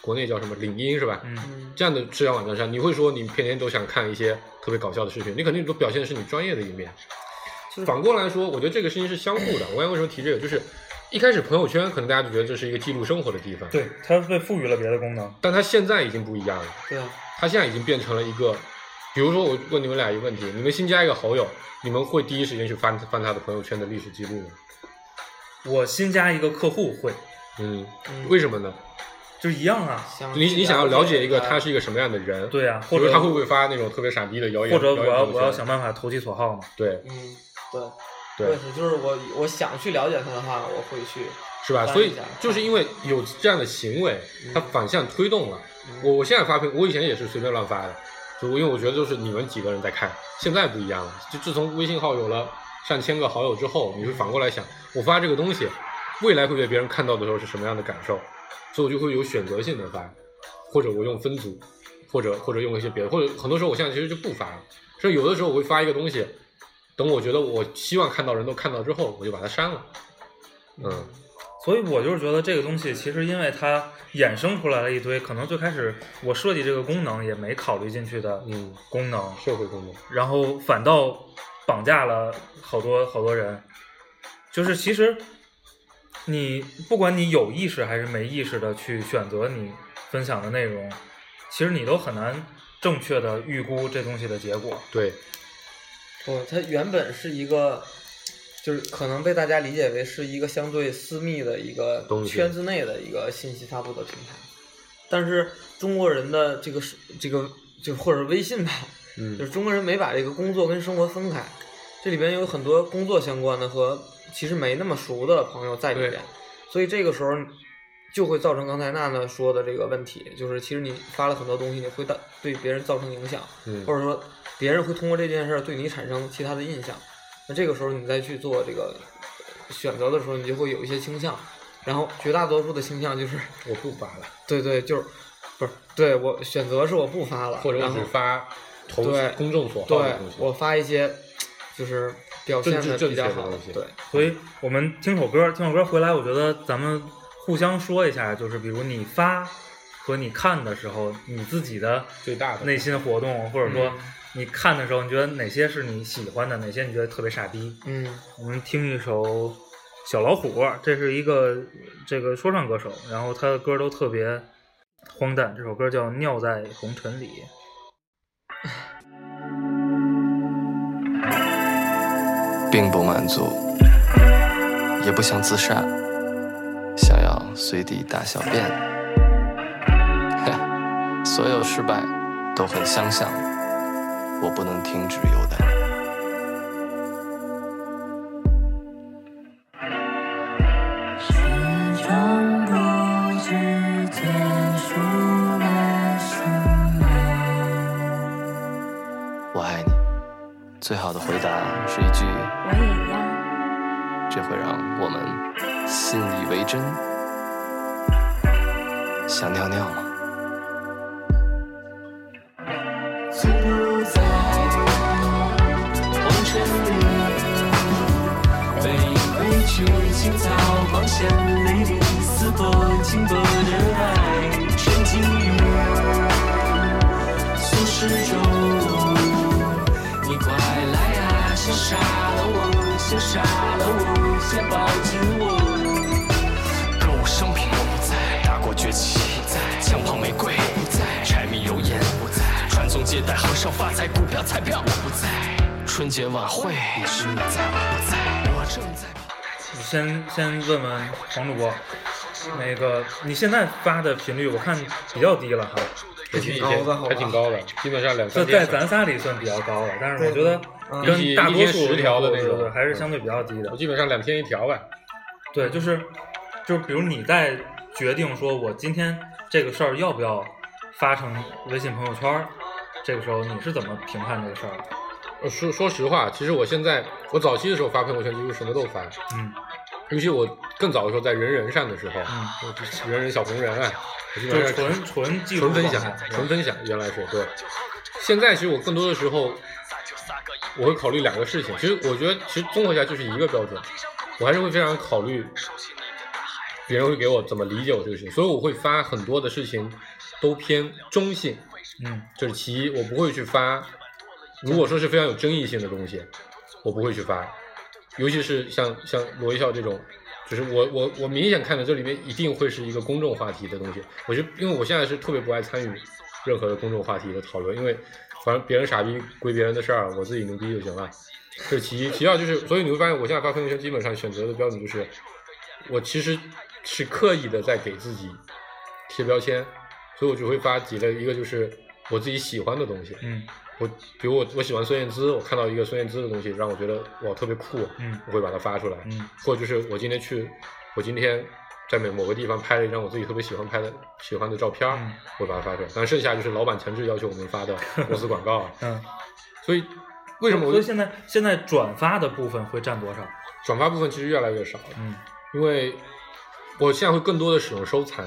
[SPEAKER 4] 国内叫什么领英是吧？
[SPEAKER 3] 嗯
[SPEAKER 2] 嗯
[SPEAKER 4] 这样的社交网站上，你会说你天天都想看一些特别搞笑的视频，你肯定都表现的是你专业的一面。
[SPEAKER 2] 就是
[SPEAKER 4] 反过来说，我觉得这个事情是相互的。我刚才为什么提这个，就是一开始朋友圈可能大家就觉得这是一个记录生活的地方，
[SPEAKER 3] 对，它被赋予了别的功能。
[SPEAKER 4] 但它现在已经不一样了。
[SPEAKER 2] 对啊，
[SPEAKER 4] 他现在已经变成了一个，比如说我问你们俩一个问题，你们新加一个好友，你们会第一时间去翻翻他的朋友圈的历史记录吗？
[SPEAKER 3] 我新加一个客户会，
[SPEAKER 4] 嗯，
[SPEAKER 2] 嗯
[SPEAKER 4] 为什么呢？
[SPEAKER 3] 就一样啊，
[SPEAKER 2] 想
[SPEAKER 4] 你
[SPEAKER 2] 去
[SPEAKER 4] 你想要了解一个
[SPEAKER 2] 他
[SPEAKER 4] 他是一个什么样的人，，
[SPEAKER 3] 对啊，
[SPEAKER 4] 比
[SPEAKER 3] 或
[SPEAKER 4] 如
[SPEAKER 3] 者
[SPEAKER 4] 他会不会发那种特别傻逼的谣言，
[SPEAKER 3] 或者我
[SPEAKER 4] 谣
[SPEAKER 3] 要
[SPEAKER 4] 言朋友
[SPEAKER 3] 我
[SPEAKER 4] 圈
[SPEAKER 3] 要想办法投其所好嘛。
[SPEAKER 4] 对
[SPEAKER 2] 嗯，对，我
[SPEAKER 4] 对
[SPEAKER 2] 也是，就是我我想去了解他的话，我会去，
[SPEAKER 4] 是吧？
[SPEAKER 2] 翻一
[SPEAKER 4] 所以
[SPEAKER 2] 下
[SPEAKER 4] 就是因为有这样的行为，
[SPEAKER 2] 嗯
[SPEAKER 4] 他反向推动了
[SPEAKER 2] 嗯
[SPEAKER 4] 我。我现在发朋，我以前也是随便乱发的，就因为我觉得就是你们几个人在看，现在不一样了。就自从微信号有了上千个好友之后，你会反过来想，我发这个东西，未来会被别人看到的时候是什么样的感受，所以我就会有选择性的发，或者我用分组，或者或者用一些别的，或者很多时候我现在其实就不发了，所以有的时候我会发一个东西，等我觉得我希望看到人都看到之后，我就把它删了。嗯
[SPEAKER 3] 所以我就是觉得这个东西，其实因为它衍生出来了一堆，可能最开始我设计这个功能也没考虑进去的
[SPEAKER 4] 嗯，
[SPEAKER 3] 功能，
[SPEAKER 4] 社会功能，
[SPEAKER 3] 然后反倒绑架了好多好多人。就是其实你不管你有意识还是没意识的去选择你分享的内容，其实你都很难正确的预估这东西的结果。
[SPEAKER 4] 对，
[SPEAKER 2] 哦不，它原本是一个就是可能被大家理解为是一个相对私密的一个
[SPEAKER 4] 东西
[SPEAKER 2] 圈子内的一个信息发布的平台，但是中国人的这个是这个就或者是微信吧，就
[SPEAKER 4] 嗯
[SPEAKER 2] 是中国人没把这个工作跟生活分开，这里边有很多工作相关的和其实没那么熟的朋友在里边
[SPEAKER 3] 对，
[SPEAKER 2] 所以这个时候就会造成刚才娜娜说的这个问题，就是其实你发了很多东西，你会到对别人造成影响，
[SPEAKER 4] 嗯
[SPEAKER 2] 或者说别人会通过这件事儿对你产生其他的印象，那这个时候你再去做这个选择的时候，你就会有一些倾向，然后绝大多数的倾向就是，
[SPEAKER 4] 我不发了，
[SPEAKER 2] 对对，就是不是对我选择是我不发了，
[SPEAKER 4] 或者我
[SPEAKER 2] 然后
[SPEAKER 4] 只发投
[SPEAKER 2] 对
[SPEAKER 4] 公众所好
[SPEAKER 2] 对
[SPEAKER 4] 的东西。
[SPEAKER 2] 我发一些就是表现的
[SPEAKER 4] 政治
[SPEAKER 2] 比较
[SPEAKER 4] 正确的
[SPEAKER 2] 好
[SPEAKER 4] 东西
[SPEAKER 2] 对，
[SPEAKER 3] 所以我们听首歌，听首歌回来，我觉得咱们互相说一下，就是比如你发和你看的时候，你自己的
[SPEAKER 4] 最大的
[SPEAKER 3] 内心活动，或者说
[SPEAKER 2] 嗯
[SPEAKER 3] 你看的时候，你觉得哪些是你喜欢的，哪些你觉得特别傻逼？
[SPEAKER 2] 嗯
[SPEAKER 3] 我们听一首《小老虎》，这是一个这个说唱歌手，然后他的歌都特别荒诞。这首歌叫《尿在红尘里》。
[SPEAKER 5] 并不满足，也不想自杀，想要随地大小便。嘿，所有失败都很相像，我不能停止游荡。
[SPEAKER 6] 时常不知结束了什么，
[SPEAKER 5] 我爱你，最好的回答是一句
[SPEAKER 6] 我也要
[SPEAKER 5] 这会让我们信以为真。想尿尿吗？
[SPEAKER 6] 醉在红尘里，被归去青草光鲜美丽，撕破轻薄的爱，沉浸于俗世中。你快来啊，先杀了我，先杀了我，先抱紧我。歌舞升平，不在；大国崛起，不在；枪炮玫瑰，不在；柴米油盐，不在；传宗接代，和尚发财，股票彩票，我不在；春节晚会，也是你在，我不在。我正在。
[SPEAKER 3] 先先问问黄主播，那个你现在发的频率我看比较低了哈，
[SPEAKER 4] 还挺
[SPEAKER 2] 高的好吧
[SPEAKER 4] 还挺高的，基本上两
[SPEAKER 3] 这
[SPEAKER 4] 三
[SPEAKER 3] 在
[SPEAKER 4] 天上。
[SPEAKER 3] 咱仨里算比较高了，但是我觉得
[SPEAKER 2] 嗯
[SPEAKER 3] 跟大多数
[SPEAKER 4] 一天一天十条的那种嗯
[SPEAKER 3] 对还是相对比较低的
[SPEAKER 4] 我。基本上两天一条吧。
[SPEAKER 3] 对，就是就是，比如你在决定说我今天这个事儿要不要发成微信朋友圈儿，这个时候你是怎么评判这个事儿的？
[SPEAKER 4] 呃说说实话，其实我现在我早期的时候发朋友圈几乎什么都发，
[SPEAKER 3] 嗯，
[SPEAKER 4] 尤其我更早的时候在人人上的时候，
[SPEAKER 2] 啊
[SPEAKER 3] 嗯
[SPEAKER 4] 我就人人小红人啊，我基本
[SPEAKER 3] 就
[SPEAKER 4] 上
[SPEAKER 3] 纯纯记录
[SPEAKER 4] 啊纯分
[SPEAKER 3] 状
[SPEAKER 4] 享
[SPEAKER 3] 态，
[SPEAKER 4] 纯分享。原来是对，现在其实我更多的时候，我会考虑两个事情。其实我觉得，其实综合下就是一个标准，我还是会非常考虑别人会给我怎么理解我这个事情，所以我会发很多的事情都偏中性，
[SPEAKER 3] 嗯
[SPEAKER 4] 这是其一，我不会去发。如果说是非常有争议性的东西，我不会去发，尤其是像像罗一笑这种，就是我我我明显看到这里面一定会是一个公众话题的东西。我就因为我现在是特别不爱参与任何的公众话题的讨论，因为反正别人傻逼归别人的事儿，我自己牛逼就行了。这是其一，其二就是，所以你会发现我现在发朋友圈基本上选择的标准就是，我其实是刻意的在给自己贴标签，所以我就会发几类，一个就是我自己喜欢的东西，
[SPEAKER 3] 嗯
[SPEAKER 4] 我比如我我喜欢孙燕姿，我看到一个孙燕姿的东西，让我觉得哇特别酷，
[SPEAKER 3] 嗯
[SPEAKER 4] 我会把它发出来。
[SPEAKER 3] 嗯
[SPEAKER 4] 或者就是我今天去，我今天在某某个地方拍了一张我自己特别喜欢拍的喜欢的照片儿，
[SPEAKER 3] 嗯
[SPEAKER 4] 我会把它发出来。但剩下就是老板强制要求我们发 的公司广告，
[SPEAKER 3] 嗯。
[SPEAKER 4] 所以为什么我
[SPEAKER 3] 所以
[SPEAKER 4] 就
[SPEAKER 3] 现在现在转发的部分会占多少？
[SPEAKER 4] 转发部分其实越来越少了，
[SPEAKER 3] 嗯
[SPEAKER 4] 因为我现在会更多的使用收藏。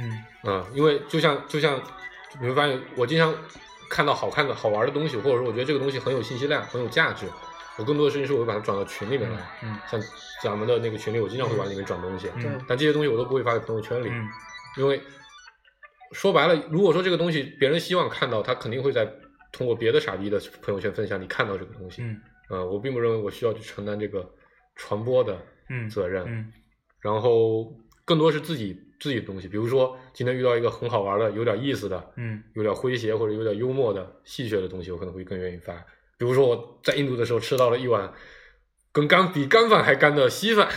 [SPEAKER 3] 嗯
[SPEAKER 4] 嗯，因为就像就像你会发现，我经常看到好看的好玩的东西，或者说我觉得这个东西很有信息量、很有价值，我更多的事情是我会把它转到群里面来。
[SPEAKER 3] 嗯
[SPEAKER 4] 像咱们的那个群里，我经常会往里面转东西，
[SPEAKER 3] 嗯
[SPEAKER 2] 对
[SPEAKER 4] 但这些东西我都不会发在朋友圈里，
[SPEAKER 3] 嗯
[SPEAKER 4] 因为说白了，如果说这个东西别人希望看到，他肯定会在通过别的傻逼的朋友圈分享你看到这个东西。
[SPEAKER 3] 嗯
[SPEAKER 4] 呃，我并不认为我需要去承担这个传播的
[SPEAKER 3] 嗯
[SPEAKER 4] 责任。
[SPEAKER 3] 嗯
[SPEAKER 4] 然后更多是自己自己的东西，比如说今天遇到一个很好玩的、有点意思的、
[SPEAKER 3] 嗯
[SPEAKER 4] 有点诙谐或者有点幽默的、戏谑的东西，我可能会更愿意发。比如说我在印度的时候吃到了一碗跟干比干饭还干的稀饭，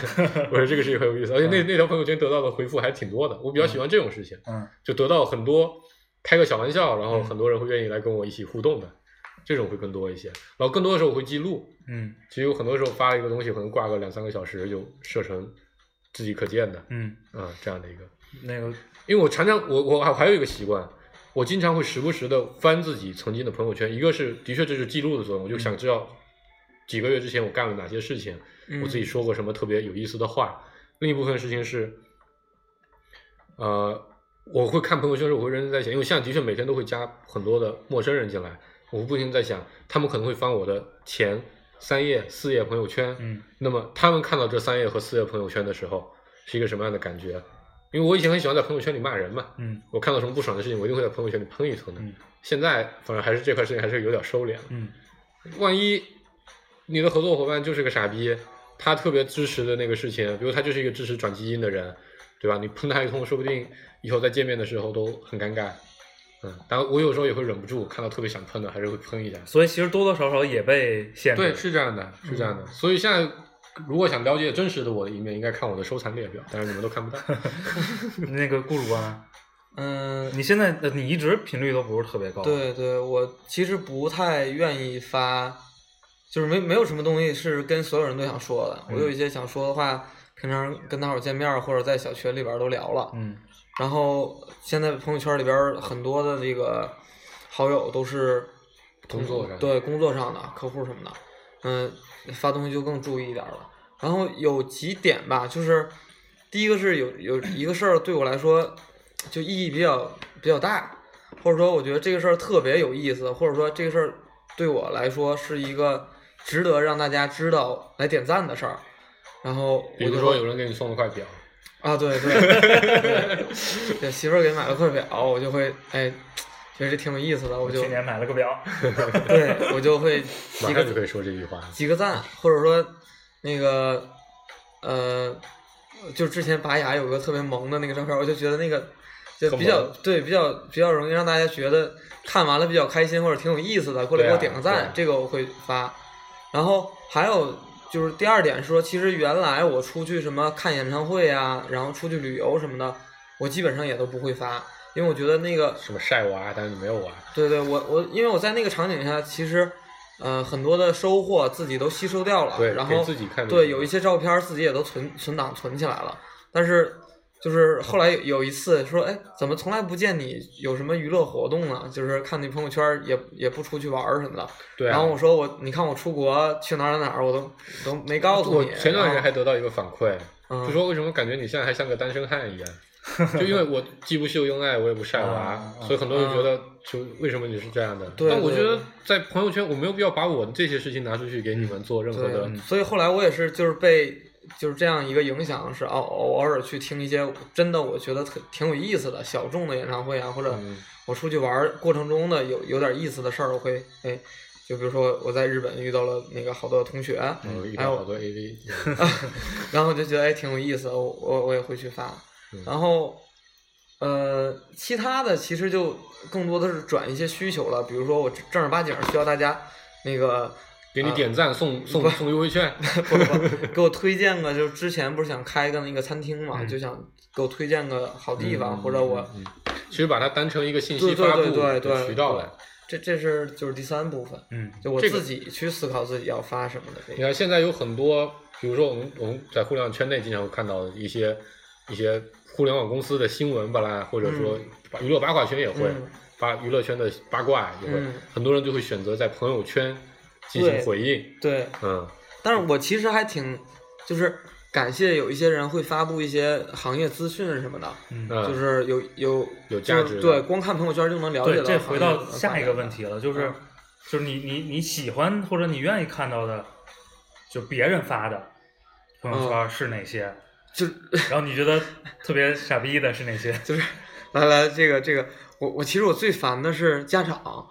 [SPEAKER 4] 我觉得这个事情很有意思。而且那那条朋友圈得到的回复还挺多的，我比较喜欢这种事情，
[SPEAKER 3] 嗯，
[SPEAKER 4] 就得到很多开个小玩笑，然后很多人会愿意来跟我一起互动的，这种会更多一些。然后更多的时候我会记录，
[SPEAKER 3] 嗯
[SPEAKER 4] 其实有很多时候发一个东西，可能挂个两三个小时就设成自己可见的，
[SPEAKER 3] 嗯，
[SPEAKER 4] 啊、这样的一个。
[SPEAKER 3] 那个
[SPEAKER 4] 因为我常常我我还还有一个习惯，我经常会时不时的翻自己曾经的朋友圈，一个是的确这是记录的作用，我就想知道几个月之前我干了哪些事情，我
[SPEAKER 3] 嗯
[SPEAKER 4] 自己说过什么特别有意思的话。另一部分事情是，呃，我会看朋友圈的时候，我会认真在想，因为我现在的确每天都会加很多的陌生人进来，我不停地在想，他们可能会翻我的前三页、四页朋友圈，
[SPEAKER 3] 嗯
[SPEAKER 4] 那么他们看到这三页和四页朋友圈的时候，是一个什么样的感觉？因为我以前很喜欢在朋友圈里骂人嘛，
[SPEAKER 3] 嗯
[SPEAKER 4] 我看到什么不爽的事情，我一定会在朋友圈里喷一通的。
[SPEAKER 3] 嗯
[SPEAKER 4] 现在反正还是这块事情还是有点收敛了。
[SPEAKER 3] 嗯
[SPEAKER 4] 万一你的合作伙伴就是个傻逼，他特别支持的那个事情，比如他就是一个支持转基因的人，对吧？你喷他一通，说不定以后再见面的时候都很尴尬。嗯，当然我有时候也会忍不住，看到特别想喷的，还是会喷一下。
[SPEAKER 3] 所以其实多多少少也被限制。
[SPEAKER 4] 对，是这样的，是这样的。嗯所以现在如果想了解真实的我的一面，应该看我的收藏列表，但是你们都看不 到。
[SPEAKER 3] 那个雇主啊，
[SPEAKER 2] 嗯，
[SPEAKER 3] 你现在呃你一直频率都不是特别高。，
[SPEAKER 2] 对对，我其实不太愿意发，就是没没有什么东西是跟所有人都想说的。我有一些想说的话，平常跟大伙儿见面儿或者在小群里边儿都聊了。
[SPEAKER 3] 嗯
[SPEAKER 2] 然后现在朋友圈里边儿很多的这个好友都是嗯
[SPEAKER 4] 工作上
[SPEAKER 2] 对工作上的客户什么的，嗯，发东西就更注意一点儿了。然后有几点吧，就是第一个是有有一个事儿对我来说就意义比较比较大，或者说我觉得这个事儿特别有意思，或者说这个事儿对我来说是一个值得让大家知道来点赞的事儿。然后
[SPEAKER 4] 比
[SPEAKER 2] 我
[SPEAKER 4] 如
[SPEAKER 2] 就会
[SPEAKER 4] 说有人给你送了块表，
[SPEAKER 2] 啊，对对 对，对媳妇儿给买了块表，我就会哎，觉得这挺有意思的，我就
[SPEAKER 3] 去年买了个 表。
[SPEAKER 2] 对我就 会
[SPEAKER 4] 马上
[SPEAKER 2] 几
[SPEAKER 4] 就
[SPEAKER 2] 个
[SPEAKER 4] 可以说这句话了。
[SPEAKER 2] 几个赞，或者说那个呃，就之前拔牙有个特别萌的那个照片，我就觉得那个就
[SPEAKER 4] 特
[SPEAKER 2] 比较
[SPEAKER 4] 萌
[SPEAKER 2] 对比较比较容易让大家觉得看完了比较开心或者挺有意思的，过来
[SPEAKER 4] 对
[SPEAKER 2] 给我
[SPEAKER 4] 啊
[SPEAKER 2] 点个
[SPEAKER 4] 对
[SPEAKER 2] 赞，
[SPEAKER 4] 啊
[SPEAKER 2] 这个我会发。然后还有就是第二点是说，其实原来我出去什么看演唱会啊，然后出去旅游什么的，我基本上也都不会发，因为我觉得那个
[SPEAKER 4] 什么晒娃，但是你没有娃，
[SPEAKER 2] 对对，我我因为我在那个场景下，其实呃很多的收获自己都吸收掉了，
[SPEAKER 4] 对，
[SPEAKER 2] 啊然
[SPEAKER 4] 给
[SPEAKER 2] 后
[SPEAKER 4] 自己看的
[SPEAKER 2] 对有一些照片儿自己也都存存档存起来了，但是就是后来有一次说，哎，怎么从来不见你有什么娱乐活动呢？就是看你朋友圈儿也也不出去玩儿什么的，
[SPEAKER 4] 对啊、
[SPEAKER 2] 然后我说我你看我出国去哪儿哪儿哪儿我都都没告诉
[SPEAKER 4] 我
[SPEAKER 2] 你，
[SPEAKER 4] 前段时间
[SPEAKER 2] 然嗯
[SPEAKER 4] 还得到一个反馈，
[SPEAKER 2] 后
[SPEAKER 4] 就说为什么感觉你现在还像个单身汉一样？就因为我既不秀恩爱，我也不晒娃
[SPEAKER 3] 啊，
[SPEAKER 4] 所以很多人觉得就为什么你是这样的？
[SPEAKER 2] 对
[SPEAKER 4] 但我
[SPEAKER 2] 对
[SPEAKER 4] 觉得
[SPEAKER 2] 对
[SPEAKER 4] 在朋友圈，我没有必要把我的这些事情拿出去给你们做任何的嗯
[SPEAKER 2] 对，所以后来我也是就是被就是这样一个影响，是偶哦偶尔去听一些真的我觉得特挺有意思的小众的演唱会啊，或者
[SPEAKER 4] 嗯
[SPEAKER 2] 我出去玩儿过程中的有有点意思的事儿，我会哎，就比如说我在日本遇到了那个好多同学，
[SPEAKER 4] 呃，遇
[SPEAKER 2] 还
[SPEAKER 4] 到
[SPEAKER 2] 有
[SPEAKER 4] 好多 AV，
[SPEAKER 2] 然后我就觉得哎挺有意思，我我我也会去发
[SPEAKER 4] 嗯。
[SPEAKER 2] 然后，呃，其他的其实就更多的是转一些需求了，比如说我正儿八经儿需要大家那个
[SPEAKER 4] 给你点赞送送送优惠券，
[SPEAKER 2] 不不，给我推荐个，就是之前不是想开个那个餐厅嘛，
[SPEAKER 3] 嗯
[SPEAKER 2] 就想给我推荐个好地方，或者我
[SPEAKER 4] 嗯，嗯嗯其实把它当成一个信息
[SPEAKER 2] 对对
[SPEAKER 4] 发布
[SPEAKER 2] 对对
[SPEAKER 4] 的
[SPEAKER 2] 对
[SPEAKER 4] 渠道来。
[SPEAKER 2] 这这是就是第三部分，
[SPEAKER 3] 嗯
[SPEAKER 2] 就我
[SPEAKER 4] 这个
[SPEAKER 2] 自己去思考自己要发什么的这
[SPEAKER 4] 你
[SPEAKER 2] 个。
[SPEAKER 4] 看现在有很多，比如说我们我们在互联网圈内经常会看到的一些一些互联网公司的新闻吧啦，或者说把娱乐八卦圈也会，
[SPEAKER 2] 嗯
[SPEAKER 4] 把娱乐圈的八卦也会，
[SPEAKER 2] 嗯
[SPEAKER 4] 很多人就会选择在朋友圈进行
[SPEAKER 2] 对
[SPEAKER 4] 回应，
[SPEAKER 2] 对，
[SPEAKER 4] 嗯，
[SPEAKER 2] 但是我其实还挺，就是感谢有一些人会发布一些行业资讯什么的，
[SPEAKER 4] 嗯
[SPEAKER 2] 就是有有
[SPEAKER 4] 有价值
[SPEAKER 2] 就是
[SPEAKER 4] 的
[SPEAKER 2] 对，光看朋友圈就能了解
[SPEAKER 3] 对，
[SPEAKER 2] 到。
[SPEAKER 3] 这回到下一个问题，了，就是、
[SPEAKER 2] 嗯
[SPEAKER 3] 就是你你你喜欢或者你愿意看到的，就别人发的朋友
[SPEAKER 2] 嗯
[SPEAKER 3] 圈是哪些？
[SPEAKER 2] 就
[SPEAKER 3] 然后你觉得特别傻逼的是哪些？
[SPEAKER 2] 就是来来这个这个，我我其实我最烦的是家长。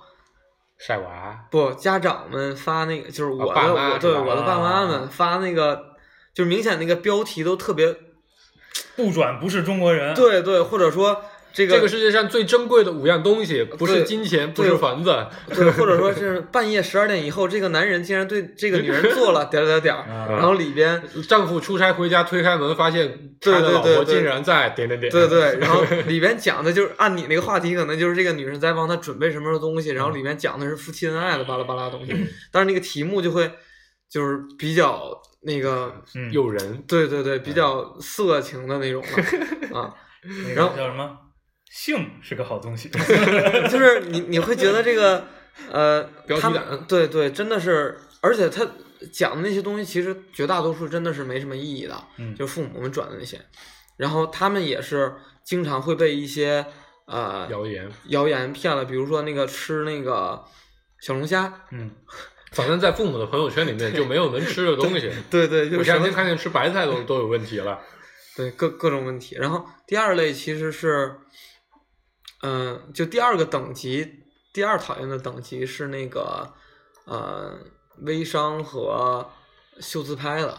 [SPEAKER 4] 晒娃，
[SPEAKER 2] 不，家长们发那个就是我的，
[SPEAKER 4] 啊爸妈
[SPEAKER 2] 我
[SPEAKER 4] 是
[SPEAKER 2] 对
[SPEAKER 4] 吧啊
[SPEAKER 2] 我的爸妈们发那个，就是明显那个标题都特别
[SPEAKER 3] 不转不是中国人。
[SPEAKER 2] 对对，或者说这
[SPEAKER 4] 这个世界上最珍贵的五样东西，不是
[SPEAKER 2] 对
[SPEAKER 4] 金钱，不
[SPEAKER 2] 对
[SPEAKER 4] 是房子，
[SPEAKER 2] 对，或者说是半夜十二点以后，这个男人竟然对这个女人做 了点儿点儿点儿，
[SPEAKER 3] 啊
[SPEAKER 2] 然后里边，
[SPEAKER 4] 丈夫出差回家推开门，发现
[SPEAKER 2] 对
[SPEAKER 4] 他的
[SPEAKER 2] 对
[SPEAKER 4] 老
[SPEAKER 2] 对
[SPEAKER 4] 婆
[SPEAKER 2] 对
[SPEAKER 4] 竟然在点点点。
[SPEAKER 2] 对对，然后里边讲的就是按你那个话题，可能就是这个女人在帮他准备什么什么东西，
[SPEAKER 4] 嗯
[SPEAKER 2] 然后里面讲的是夫妻恩爱的巴拉巴拉东西，但是那个题目就会就是比较那个，
[SPEAKER 3] 嗯，
[SPEAKER 4] 诱人，
[SPEAKER 2] 对对对，比较色情的那种了啊，
[SPEAKER 3] 那
[SPEAKER 2] 然
[SPEAKER 3] 个
[SPEAKER 2] 后
[SPEAKER 3] 叫什么？性是个好东 西，
[SPEAKER 2] 就是你你会觉得这个呃，
[SPEAKER 4] 标题
[SPEAKER 2] 他
[SPEAKER 4] 党
[SPEAKER 2] 们对对，真的是，而且他讲的那些东西，其实绝大多数真的是没什么意义的，
[SPEAKER 3] 嗯
[SPEAKER 2] 就是父母们转的那些，然后他们也是经常会被一些呃
[SPEAKER 4] 谣言，
[SPEAKER 2] 谣言骗了，比如说那个吃那个小龙虾，
[SPEAKER 3] 嗯，
[SPEAKER 4] 反正在父母的朋友圈里面就没有能吃的东西。
[SPEAKER 2] 对对，就
[SPEAKER 4] 我前
[SPEAKER 2] 是什
[SPEAKER 4] 两
[SPEAKER 2] 么
[SPEAKER 4] 天看见吃白菜都都有问题了，
[SPEAKER 2] 对各各种问题。然后第二类其实是，嗯、就第二个等级，第二讨厌的等级是那个呃微商和秀自拍的。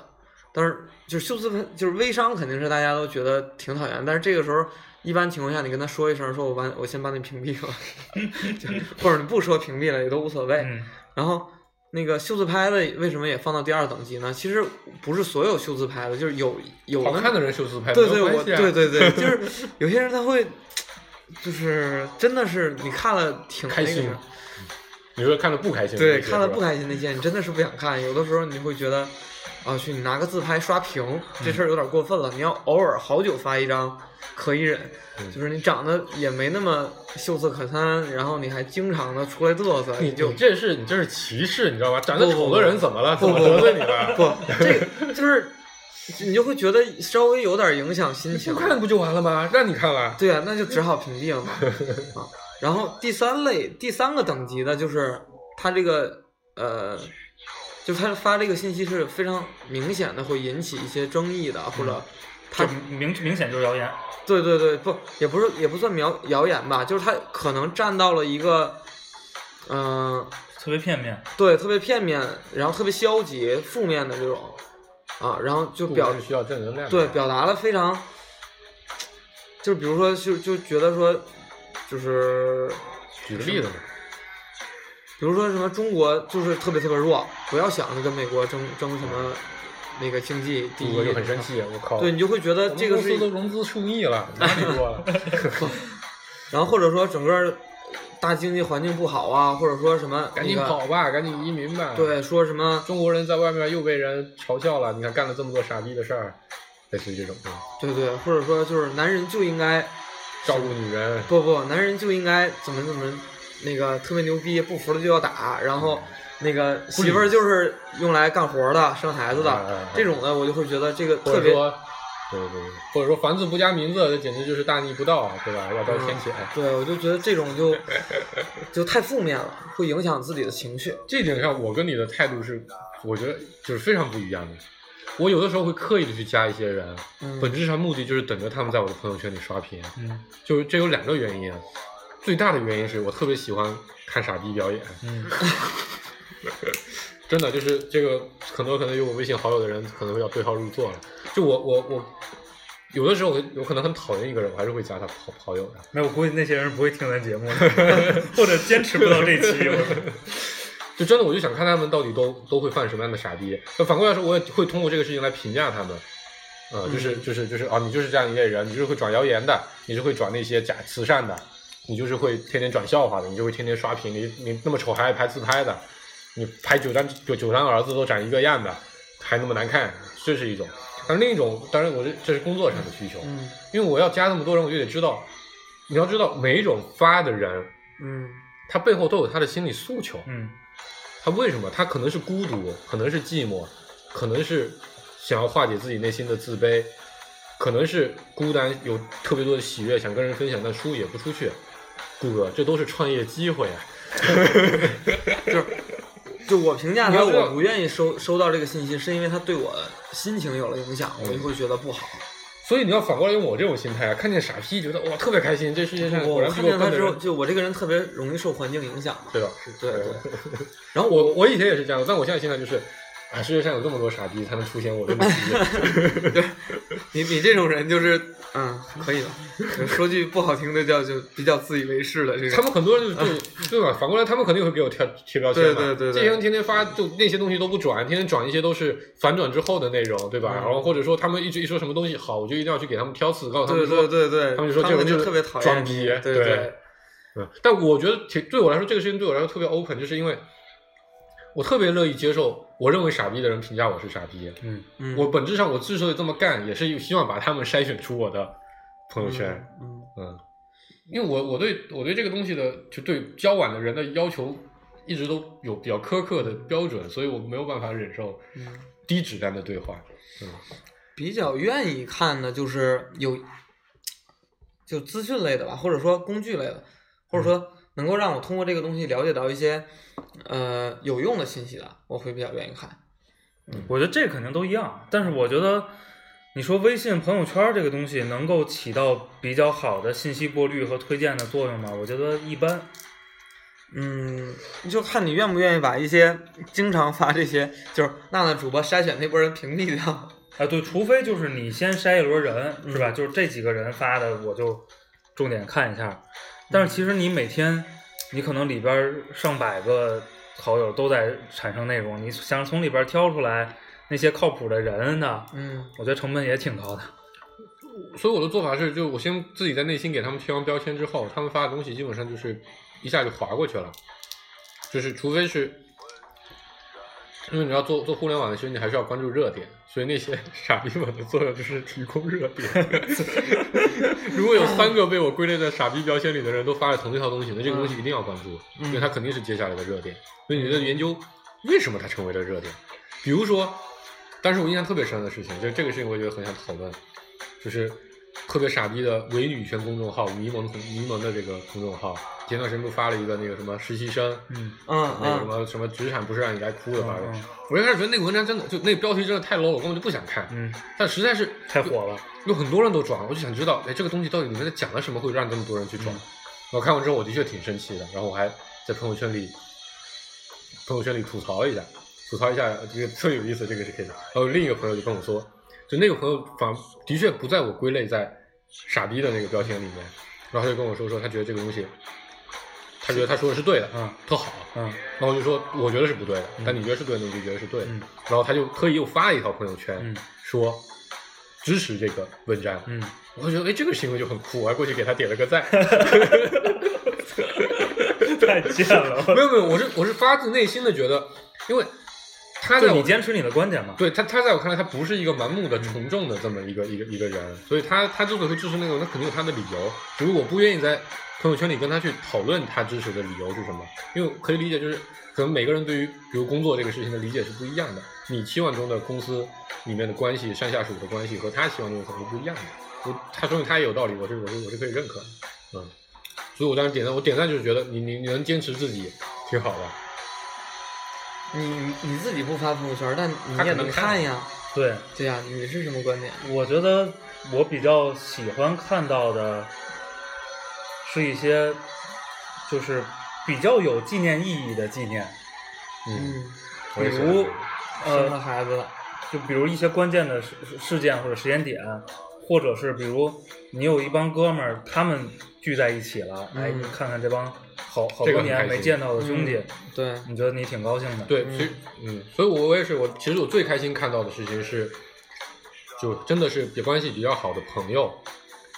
[SPEAKER 2] 但是就是秀自拍，就是微商肯定是大家都觉得挺讨厌，但是这个时候一般情况下，你跟他说一声，说我把我先把你屏蔽了， 就或者你不说屏蔽了也都无所谓。
[SPEAKER 3] 嗯
[SPEAKER 2] 然后那个秀自拍的为什么也放到第二等级呢？其实不是所有秀自拍的，就是有 有
[SPEAKER 4] 好
[SPEAKER 2] 的
[SPEAKER 4] 看的人秀自拍，
[SPEAKER 2] 对
[SPEAKER 4] 没
[SPEAKER 2] 对，
[SPEAKER 4] 有
[SPEAKER 2] 我
[SPEAKER 4] 关系啊
[SPEAKER 2] 对，对对， 就是有些人他会，就是真的是你看了挺
[SPEAKER 4] 开心
[SPEAKER 2] 那个的
[SPEAKER 4] 你说看了不开心，
[SPEAKER 2] 对，
[SPEAKER 4] 那些
[SPEAKER 2] 看了
[SPEAKER 4] 是吧
[SPEAKER 2] 不开心那些，你真的是不想看。有的时候你会觉得，啊，去你拿个自拍刷屏，这
[SPEAKER 4] 嗯
[SPEAKER 2] 事儿有点过分了。你要偶尔好久发一张，可以忍。
[SPEAKER 4] 嗯
[SPEAKER 2] 就是你长得也没那么秀色可餐，然后你还经常的出来嘚瑟，
[SPEAKER 4] 你
[SPEAKER 2] 你就
[SPEAKER 4] 你这是你这是歧视，你知道吧？长得
[SPEAKER 2] 不不
[SPEAKER 4] 丑的人怎么了？
[SPEAKER 2] 不
[SPEAKER 4] 怎么
[SPEAKER 2] 不
[SPEAKER 4] 得罪你了？
[SPEAKER 2] 不，这个就是你就会觉得稍微有点影响心情
[SPEAKER 4] 不。看不 就完了吗？让你看了，
[SPEAKER 2] 对啊，那就只好屏蔽了嘛。啊，然后第三类、第三个等级的就是他这个呃，就是他发这个信息是非常明显的，会引起一些争议的，或者他
[SPEAKER 3] 就明明显就是谣言，
[SPEAKER 2] 对对对，不也不是也不算谣谣言吧，就是他可能站到了一个嗯、呃
[SPEAKER 3] 特别片面。
[SPEAKER 2] 对特别片面，然后特别消极、负面的这种啊，然后就
[SPEAKER 4] 不
[SPEAKER 2] 表
[SPEAKER 4] 是需要正能量的，
[SPEAKER 2] 对，表达了非常，就是比如说，就就觉得说，就是
[SPEAKER 4] 举个例子嘛，
[SPEAKER 2] 比如说什么中国就是特别特别弱，不要想着跟美国争争什么那个经济第
[SPEAKER 4] 中
[SPEAKER 2] 一，
[SPEAKER 4] 国就很生气，我靠，
[SPEAKER 2] 对你就会觉得
[SPEAKER 4] 我们
[SPEAKER 2] 这个
[SPEAKER 4] 公
[SPEAKER 2] 是
[SPEAKER 4] 司
[SPEAKER 2] 一
[SPEAKER 4] 都，融资数亿了，哪里弱 了？
[SPEAKER 2] 然后或者说整个大经济环境不好啊，或者说什么
[SPEAKER 4] 赶紧
[SPEAKER 2] 那个
[SPEAKER 4] 跑吧，赶紧移民吧。，
[SPEAKER 2] 对，说什么
[SPEAKER 4] 中国人在外面又被人嘲笑了，你看干了这么多傻逼的事儿，类似于这种，嗯
[SPEAKER 2] 对对，或者说就是男人就应该
[SPEAKER 4] 照顾女人，
[SPEAKER 2] 不不，男人就应该怎么怎么那个特别牛逼，不服了就要打，然后那个媳妇儿就是用来干活的、生孩子
[SPEAKER 4] 嗯嗯嗯
[SPEAKER 2] 的这种的，我就会觉得这个
[SPEAKER 4] 或
[SPEAKER 2] 特
[SPEAKER 4] 者
[SPEAKER 2] 别
[SPEAKER 4] 说，对对对，或者说房子不加名字，这简直就是大逆不道，对吧？要遭天谴。
[SPEAKER 2] 对，我就觉得这种就就太负面了，会影响自己的情绪。
[SPEAKER 4] 这一点上，我跟你的态度是，我觉得就是非常不一样的。我有的时候会刻意的去加一些人，
[SPEAKER 2] 嗯
[SPEAKER 4] 本质上目的就是等着他们在我的朋友圈里刷屏。
[SPEAKER 3] 嗯
[SPEAKER 4] 就是这有两个原因，啊最大的原因是我特别喜欢看傻逼表演，
[SPEAKER 3] 嗯，
[SPEAKER 4] 真的就是这个，很多可能有我微信好友的人可能要对号入座了。就我我我，有的时候我我可能很讨厌一个人，我还是会加他好好友的。
[SPEAKER 3] 没有，我估计那些人不会听咱节目的， 或者坚持不到这期。我嗯
[SPEAKER 4] 就真的我就想看他们到底都都会犯什么样的傻逼。那反过来说，我也会通过这个事情来评价他们。呃，就是
[SPEAKER 3] 嗯
[SPEAKER 4] 就是就是啊，你就是这样一类人，你就是会转谣言的，你是会转那些假慈善的，你就是会天天转笑话的，你就会天天刷屏，你你那么丑还爱拍自拍的，你拍九张九九张儿子都长一个样的，还那么难看，这是一种。但另一种，当然我这这是工作上的需求，
[SPEAKER 2] 嗯
[SPEAKER 4] 因为我要加那么多人，我就得知道，你要知道每一种发的人，
[SPEAKER 2] 嗯
[SPEAKER 4] 他背后都有他的心理诉求，
[SPEAKER 3] 嗯
[SPEAKER 4] 他为什么？他可能是孤独，可能是寂寞，可能是想要化解自己内心的自卑，可能是孤单，有特别多的喜悦想跟人分享，但输也不出去。顾哥，这都是创业机会啊！
[SPEAKER 2] 就我评价
[SPEAKER 4] 你
[SPEAKER 2] 他，
[SPEAKER 4] 要知道
[SPEAKER 2] 我不愿意收收到这个信息，是因为他对我心情有了影响，我就会觉得不好。
[SPEAKER 4] 所以你要反过来用我这种心态啊，看见傻逼觉得哇特别开心，这世界上嗯果
[SPEAKER 2] 我
[SPEAKER 4] 然比
[SPEAKER 2] 看
[SPEAKER 4] 我
[SPEAKER 2] 见他
[SPEAKER 4] 笨的
[SPEAKER 2] 之后，
[SPEAKER 4] 人，
[SPEAKER 2] 就我这个人特别容易受环境影响嘛。
[SPEAKER 4] 对吧？
[SPEAKER 2] 对对，
[SPEAKER 4] 然后我我以前也是这样，但我现在现在就是，啊，世界上有这么多傻逼，才能出现我这么逼。
[SPEAKER 2] 你你这种人就是，嗯，可以了。说句不好听的叫就比较自以为是了，这
[SPEAKER 4] 他
[SPEAKER 2] 种。
[SPEAKER 4] 们很多人就 就对吧？反过来，他们肯定会给我贴贴标签嘛。
[SPEAKER 2] 对对对对
[SPEAKER 4] 这些人天天发就那些东西都不转，天天转一些都是反转之后的内容，对吧？
[SPEAKER 2] 嗯
[SPEAKER 4] 然后或者说他们一直一说什么东西好，我就一定要去给他们挑刺，告诉他
[SPEAKER 2] 对
[SPEAKER 4] 们说
[SPEAKER 2] 对对对，
[SPEAKER 4] 他们就说这
[SPEAKER 2] 他
[SPEAKER 4] 个
[SPEAKER 2] 们
[SPEAKER 4] 人就是
[SPEAKER 2] 特别讨厌
[SPEAKER 4] 装逼
[SPEAKER 2] 你对
[SPEAKER 4] 对嗯，但我觉得挺对我来说，这个事情对我来说特别 open，就是因为我特别乐意接受我认为傻逼的人评价我是傻逼。
[SPEAKER 1] 嗯，
[SPEAKER 2] 嗯
[SPEAKER 4] 我本质上我之所以这么干，也是希望把他们筛选出我的朋友圈。，
[SPEAKER 2] 嗯
[SPEAKER 4] 嗯，因为我我对我对这个东西的，就对交往的人的要求一直都有比较苛刻的标准，所以我没有办法忍受
[SPEAKER 2] 嗯嗯，
[SPEAKER 4] 低质量的对话。
[SPEAKER 2] 比较愿意看的就是有就资讯类的吧，或者说工具类的，或者说能够让我通过这个东西了解到一些呃有用的信息的，我会比较愿意看。
[SPEAKER 3] 我觉得这肯定都一样，但是我觉得你说微信朋友圈这个东西能够起到比较好的信息过滤和推荐的作用吗？我觉得一般。
[SPEAKER 2] 嗯，就看你愿不愿意把一些经常发这些就是娜娜主播筛选那波人屏蔽掉。
[SPEAKER 3] 啊，对，除非就是你先筛一轮人，
[SPEAKER 2] 嗯
[SPEAKER 3] 是吧？就是这几个人发的，我就重点看一下。但是其实你每天，你可能里边儿上百个好友都在产生内容，你想从里边儿挑出来那些靠谱的人呢，
[SPEAKER 2] 嗯
[SPEAKER 3] 我觉得成本也挺高的。
[SPEAKER 4] 所以我的做法是，就我先自己在内心给他们贴完标签之后，他们发的东西基本上就是一下就划过去了，就是除非是，因为你要做做互联网的，其实你还是要关注热点，所以那些 傻逼们的作用就是提供热点。 如果有三个被我归类在傻逼标签里的人都发了同一套东西，那这个东西一定要关注，
[SPEAKER 2] 嗯
[SPEAKER 4] 因为它肯定是接下来的热点。所以你在研究为什么它成为了热点，比如说，当时我印象特别深的事情，就是这个事情，我觉得很想讨论，就是特别傻逼的伪女权公众号迷蒙迷蒙的这个公众号，前段时间不发了一个那个什么实习生，
[SPEAKER 3] 嗯，
[SPEAKER 2] 嗯
[SPEAKER 4] 那个什
[SPEAKER 2] 嗯，
[SPEAKER 4] 么什么职场不是让你来哭的发文，
[SPEAKER 3] 嗯
[SPEAKER 4] 我一开始觉得那个文章真的就那个标题真的太 low，我根本就不想看，
[SPEAKER 3] 嗯，
[SPEAKER 4] 但实在是
[SPEAKER 3] 太火了。
[SPEAKER 4] 有很多人都转，我就想知道，哎，这个东西到底里面在讲了什么，会让这么多人去转？
[SPEAKER 3] 嗯
[SPEAKER 4] 我看完之后，我的确挺生气的，然后我还在朋友圈里，朋友圈里吐槽一下，吐槽一下，这个特有意思，这个是可以的。然后另一个朋友就跟我说，就那个朋友反的确不在我归类在傻逼的那个标签里面，然后他就跟我说说，他觉得这个东西，他觉得他说的是对的，
[SPEAKER 3] 嗯
[SPEAKER 4] 特好，
[SPEAKER 3] 嗯
[SPEAKER 4] 然后我就说我觉得是不对的，
[SPEAKER 3] 嗯
[SPEAKER 4] 但你觉得是对的，你就觉得是对的。
[SPEAKER 3] 嗯
[SPEAKER 4] 然后他就特意又发了一条朋友圈，
[SPEAKER 3] 嗯
[SPEAKER 4] 说支持这个文章。
[SPEAKER 3] 嗯，
[SPEAKER 4] 我就觉得哎，这个行为就很酷，我还过去给他点了个赞。
[SPEAKER 3] 太贱了。
[SPEAKER 4] 没有没有，我是我是发自内心的觉得，因为他在
[SPEAKER 3] 就
[SPEAKER 4] 我
[SPEAKER 3] 你坚持你的观点嘛。
[SPEAKER 4] 对他，他在我看来，他不是一个盲目的从众的这么一个、一个一个人，所以他他之所以会支持那个，他肯定有他的理由。只不过我不愿意在朋友圈里跟他去讨论他支持的理由是什么，因为我可以理解，就是可能每个人对于比如工作这个事情的理解是不一样的。你期望中的公司里面的关系，上下属的关系和他期望中的可能不一样的。我他说明他也有道理，我是我是我是可以认可的，嗯。所以我当时点赞，我点赞就是觉得你你你能坚持自己挺好的。
[SPEAKER 2] 你你你自己不发朋友圈，但你
[SPEAKER 4] 他
[SPEAKER 2] 也
[SPEAKER 4] 可能
[SPEAKER 2] 能
[SPEAKER 4] 看
[SPEAKER 2] 看呀。
[SPEAKER 3] 对，
[SPEAKER 2] 对呀、你是什么观点？
[SPEAKER 3] 我觉得我比较喜欢看到的是一些就是比较有纪念意义的纪念，
[SPEAKER 4] 嗯，
[SPEAKER 2] 嗯，
[SPEAKER 4] 我也
[SPEAKER 3] 比
[SPEAKER 4] 喜欢
[SPEAKER 3] 如
[SPEAKER 4] 这个
[SPEAKER 2] 生
[SPEAKER 3] 呃
[SPEAKER 2] 了，孩子了，
[SPEAKER 3] 就比如一些关键的事事件或者时间点，或者是比如你有一帮哥们儿，他们聚在一起了，
[SPEAKER 2] 嗯
[SPEAKER 3] 哎，你看看这帮好好
[SPEAKER 4] 这
[SPEAKER 3] 多
[SPEAKER 4] 个很
[SPEAKER 3] 年
[SPEAKER 4] 开心嗯
[SPEAKER 3] 没见到的兄弟，
[SPEAKER 2] 对，
[SPEAKER 3] 你觉得你挺高兴的？，
[SPEAKER 4] 对，
[SPEAKER 2] 嗯
[SPEAKER 4] 所以嗯，所以我我也是，我其实我最开心看到的事情是，就真的是比关系比较好的朋友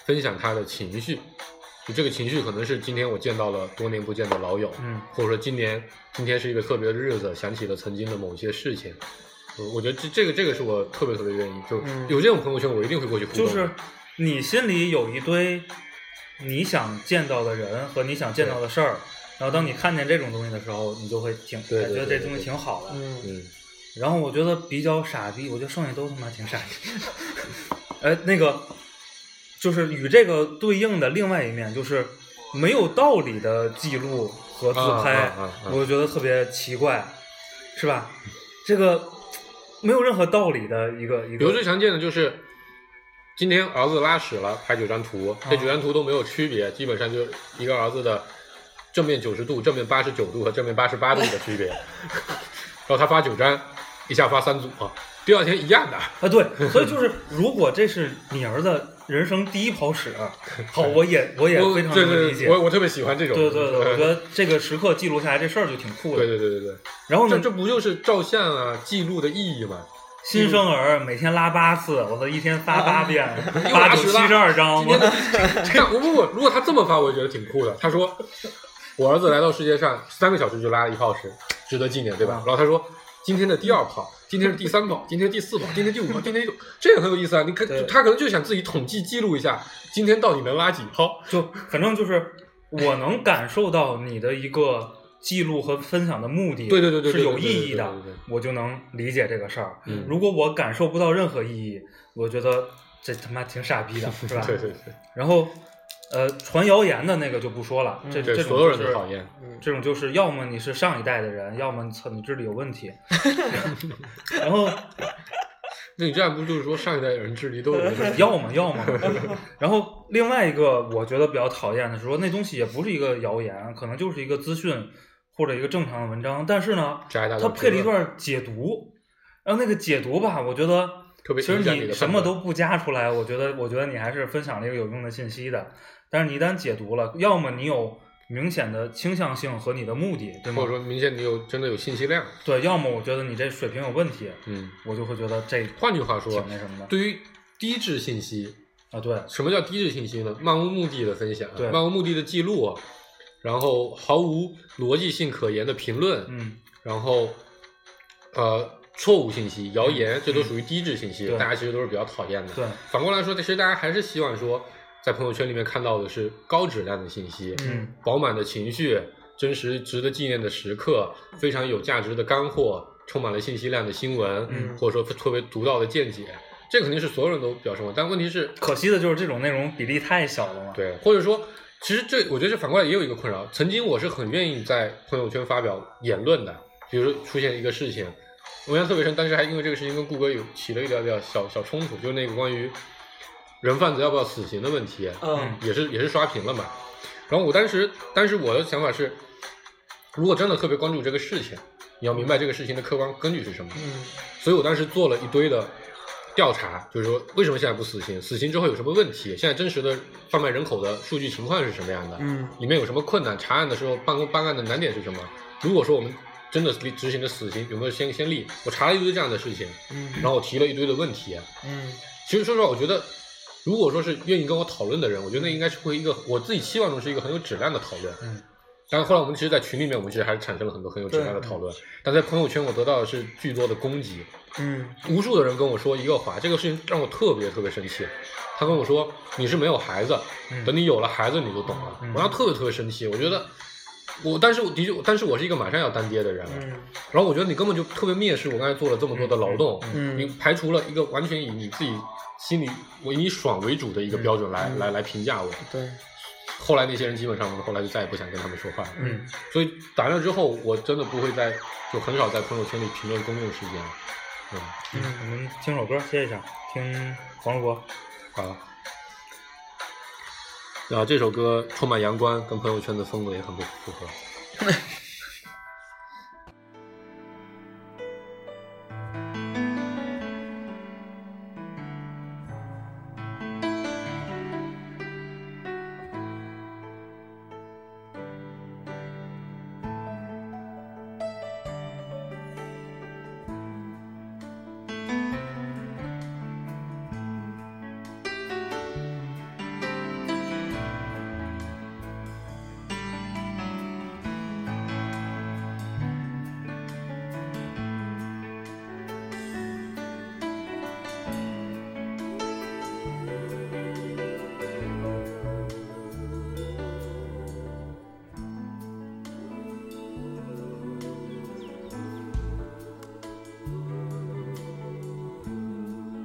[SPEAKER 4] 分享他的情绪，就这个情绪可能是今天我见到了多年不见的老友，
[SPEAKER 3] 嗯
[SPEAKER 4] 或者说今年今天是一个特别的日子，想起了曾经的某些事情。呃我我觉得这这个这个是我特别特别愿意，就
[SPEAKER 2] 嗯
[SPEAKER 4] 有这种朋友圈，我一定会过去互动
[SPEAKER 3] 就
[SPEAKER 4] 的。
[SPEAKER 3] 是你心里有一堆你想见到的人和你想见到的事儿，然后当你看见这种东西的时候，你就会挺
[SPEAKER 4] 对对
[SPEAKER 3] 感觉
[SPEAKER 4] 对
[SPEAKER 3] 这
[SPEAKER 4] 对
[SPEAKER 3] 东西
[SPEAKER 4] 对
[SPEAKER 3] 挺好的。
[SPEAKER 2] 嗯
[SPEAKER 4] 嗯，
[SPEAKER 3] 然后我觉得比较傻逼，我觉得剩下都他妈挺傻逼。 哎，那个就是与这个对应的另外一面，就是没有道理的记录和自拍，
[SPEAKER 4] 啊啊啊啊
[SPEAKER 3] 我觉得特别奇怪，是吧？这个没有任何道理的一个一
[SPEAKER 4] 比如
[SPEAKER 3] 个
[SPEAKER 4] 最，常见的就是，今天儿子拉屎了，拍九张
[SPEAKER 3] 哦
[SPEAKER 4] 图，这九张图都没有区别，基本上就一个儿子的 正面九十度、正面八十九度和正面八十八度的区别。然后他发九张，一下发三组啊，第二天一样的。
[SPEAKER 3] 啊，对，所以就是，如果这是你儿子人生第一跑屎，好，我也我也
[SPEAKER 4] 我
[SPEAKER 3] 非常
[SPEAKER 4] 对
[SPEAKER 3] 能够
[SPEAKER 4] 对
[SPEAKER 3] 理解
[SPEAKER 4] 对，。我我特别喜欢这种。
[SPEAKER 3] 对对对，我觉得这个时刻记录下来这事儿就挺酷
[SPEAKER 4] 对
[SPEAKER 3] 的。
[SPEAKER 4] 对对对对，
[SPEAKER 3] 然后
[SPEAKER 4] 这
[SPEAKER 3] 呢，
[SPEAKER 4] 这不就是照相啊记录的意义吗？
[SPEAKER 3] 新生儿每天拉八次，我的一天发八遍，
[SPEAKER 4] 又
[SPEAKER 3] 八
[SPEAKER 4] 拉
[SPEAKER 3] 九
[SPEAKER 4] 屎
[SPEAKER 3] 七十二张，
[SPEAKER 4] 啊今
[SPEAKER 3] 啊我
[SPEAKER 4] 天的这样，不不不，如果他这么发，我也觉得挺酷的。他说，我儿子来到世界上三个小时就拉了一泡屎，值得纪念，对吧？
[SPEAKER 3] 嗯
[SPEAKER 4] 然后他说，今天的第二泡，今天是第三泡，今天是第四泡，今天第五泡，今天第六，这个很有意思啊。你可
[SPEAKER 2] 对
[SPEAKER 4] 他可能就想自己统计记录一下，今天到底能拉几泡？
[SPEAKER 3] 就反正就是我能感受到你的一个记录和分享的目的，
[SPEAKER 4] 对对对对对对
[SPEAKER 3] 是有意义的
[SPEAKER 4] 对对对对对，
[SPEAKER 3] 我就能理解这个事儿。
[SPEAKER 4] 嗯
[SPEAKER 3] 如果我感受不到任何意义，我觉得这他妈挺傻 逼的，是吧？
[SPEAKER 4] 对对对，
[SPEAKER 3] 然后，呃，传谣言的那个就不说了，这
[SPEAKER 4] 嗯对
[SPEAKER 3] 这种
[SPEAKER 4] 所有人
[SPEAKER 3] 就
[SPEAKER 4] 都
[SPEAKER 3] 是
[SPEAKER 4] 讨厌。
[SPEAKER 2] 嗯，
[SPEAKER 3] 这种就是要么你是上一代的人，要么操你智力有问题。 然后
[SPEAKER 4] 那你这样不就是说上一代人智力都有问题？
[SPEAKER 3] 要么要么，然后另外一个我觉得比较讨厌的是说那东西也不是一个谣言，可能就是一个资讯或者一个正常的文章，但是呢，
[SPEAKER 4] 摘大家
[SPEAKER 3] 它配了一段解读，然后那个解读吧，我觉得
[SPEAKER 4] 特别
[SPEAKER 3] 其实
[SPEAKER 4] 影响你
[SPEAKER 3] 你
[SPEAKER 4] 的
[SPEAKER 3] 什
[SPEAKER 4] 判
[SPEAKER 3] 么
[SPEAKER 4] 断
[SPEAKER 3] 都不加出来，我觉得我觉得你还是分享了一个有用的信息的，但是你一旦解读了，要么你有明显的倾向性和你的目的，对吗
[SPEAKER 4] 或者？说明显你有真的有信息量。
[SPEAKER 3] 对，要么我觉得你这水平有问题，
[SPEAKER 4] 嗯，
[SPEAKER 3] 我就会觉得这
[SPEAKER 4] 换句话说
[SPEAKER 3] 挺，那什么的
[SPEAKER 4] 对于低质信息，
[SPEAKER 3] 啊，对，
[SPEAKER 4] 什么叫低质信息呢？漫无目的的分享，
[SPEAKER 3] 对
[SPEAKER 4] 漫无目的的记录啊，然后毫无逻辑性可言的评论，
[SPEAKER 3] 嗯，
[SPEAKER 4] 然后呃错误信息、谣言，这都属于低质信息，
[SPEAKER 3] 嗯对
[SPEAKER 4] 大家其实都是比较讨厌的。
[SPEAKER 3] 对，
[SPEAKER 4] 反过来说，其实大家还是希望说，在朋友圈里面看到的是高质量的信息，
[SPEAKER 3] 嗯
[SPEAKER 4] 饱满的情绪，真实值得纪念的时刻，非常有价值的干货，充满了信息量的新闻，
[SPEAKER 3] 嗯
[SPEAKER 4] 或者说特别独到的见解，这肯定是所有人都比较生活。但问题是，
[SPEAKER 3] 可惜的就是这种内容比例太小了嘛。，
[SPEAKER 4] 对，或者说，其实这我觉得这反过来也有一个困扰。曾经我是很愿意在朋友圈发表言论的，比如说出现一个事情，我印象特别深，当时还因为这个事情跟谷歌有起了一点点小小冲突，就是那个关于人贩子要不要死刑的问题，
[SPEAKER 2] 嗯
[SPEAKER 4] 也是也是刷屏了嘛。然后我当时当时我的想法是，如果真的特别关注这个事情，你要明白这个事情的客观根据是什么。
[SPEAKER 2] 嗯
[SPEAKER 4] 所以我当时做了一堆的调查，就是说为什么现在不死刑，死刑之后有什么问题，现在真实的贩卖人口的数据情况是什么样的，
[SPEAKER 2] 嗯
[SPEAKER 4] 里面有什么困难，查案的时候办公办案的难点是什么。如果说我们真的执行的死刑有没有先先例，我查了一堆这样的事情，
[SPEAKER 2] 嗯
[SPEAKER 4] 然后我提了一堆的问题。
[SPEAKER 2] 嗯
[SPEAKER 4] 其实说实话，我觉得。如果说是愿意跟我讨论的人，我觉得那应该是会一个我自己期望中是一个很有质量的讨论。
[SPEAKER 3] 嗯，
[SPEAKER 4] 但是后来我们其实，在群里面，我们其实还是产生了很多很有质量的讨论。但在朋友圈，我得到的是巨多的攻击。
[SPEAKER 2] 嗯
[SPEAKER 4] 无数的人跟我说一个话，这个事情让我特别特别生气。他跟我说你是没有孩子，
[SPEAKER 3] 嗯
[SPEAKER 4] 等你有了孩子你就懂了。
[SPEAKER 3] 嗯
[SPEAKER 4] 我要特别特别生气，我觉得我，但是我的确，但是我是一个马上要当爹的人了。
[SPEAKER 2] 嗯
[SPEAKER 4] 然后我觉得你根本就特别蔑视我刚才做了这么多的劳动，
[SPEAKER 2] 嗯
[SPEAKER 4] 你排除了一个完全以你自己心里我以你爽为主的一个标准来、
[SPEAKER 2] 嗯
[SPEAKER 4] 来来评价我。
[SPEAKER 2] 对，
[SPEAKER 4] 后来那些人基本上，我后来就再也不想跟他们说话了。
[SPEAKER 2] 嗯
[SPEAKER 4] 所以打那之后，我真的不会再就很少在朋友圈里评论公共事件了。嗯，
[SPEAKER 3] 嗯，我们听首歌歇一下，听黄世博。
[SPEAKER 4] 好。啊然后这首歌充满阳光，跟朋友圈的风格也很不符合。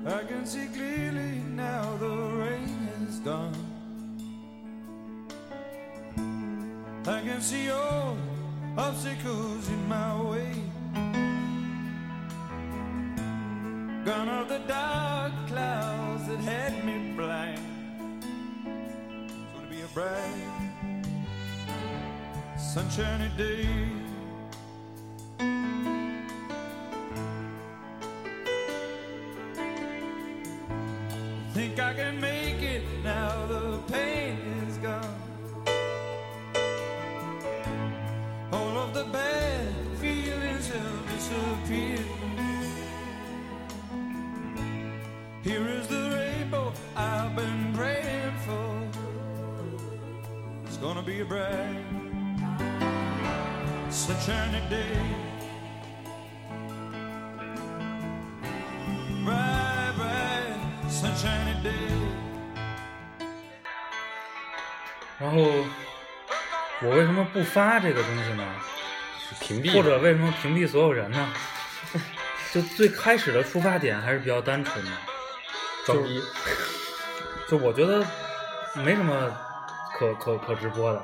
[SPEAKER 7] I can see clearly now the rain is gone. I can see all obstacles in my way. Gone are the dark clouds that had me blind. So to be a bright, sunshiny day. gonna be a brag. Such a day. Bright, bright, sunshiny day.
[SPEAKER 3] 然后我为什么不发这个东西呢？
[SPEAKER 4] 屏蔽
[SPEAKER 3] 或者为什么屏蔽所有人呢？就最开始的出发点还是比较单纯的，
[SPEAKER 4] 装逼，
[SPEAKER 3] 就我觉得没什么可可可直播的，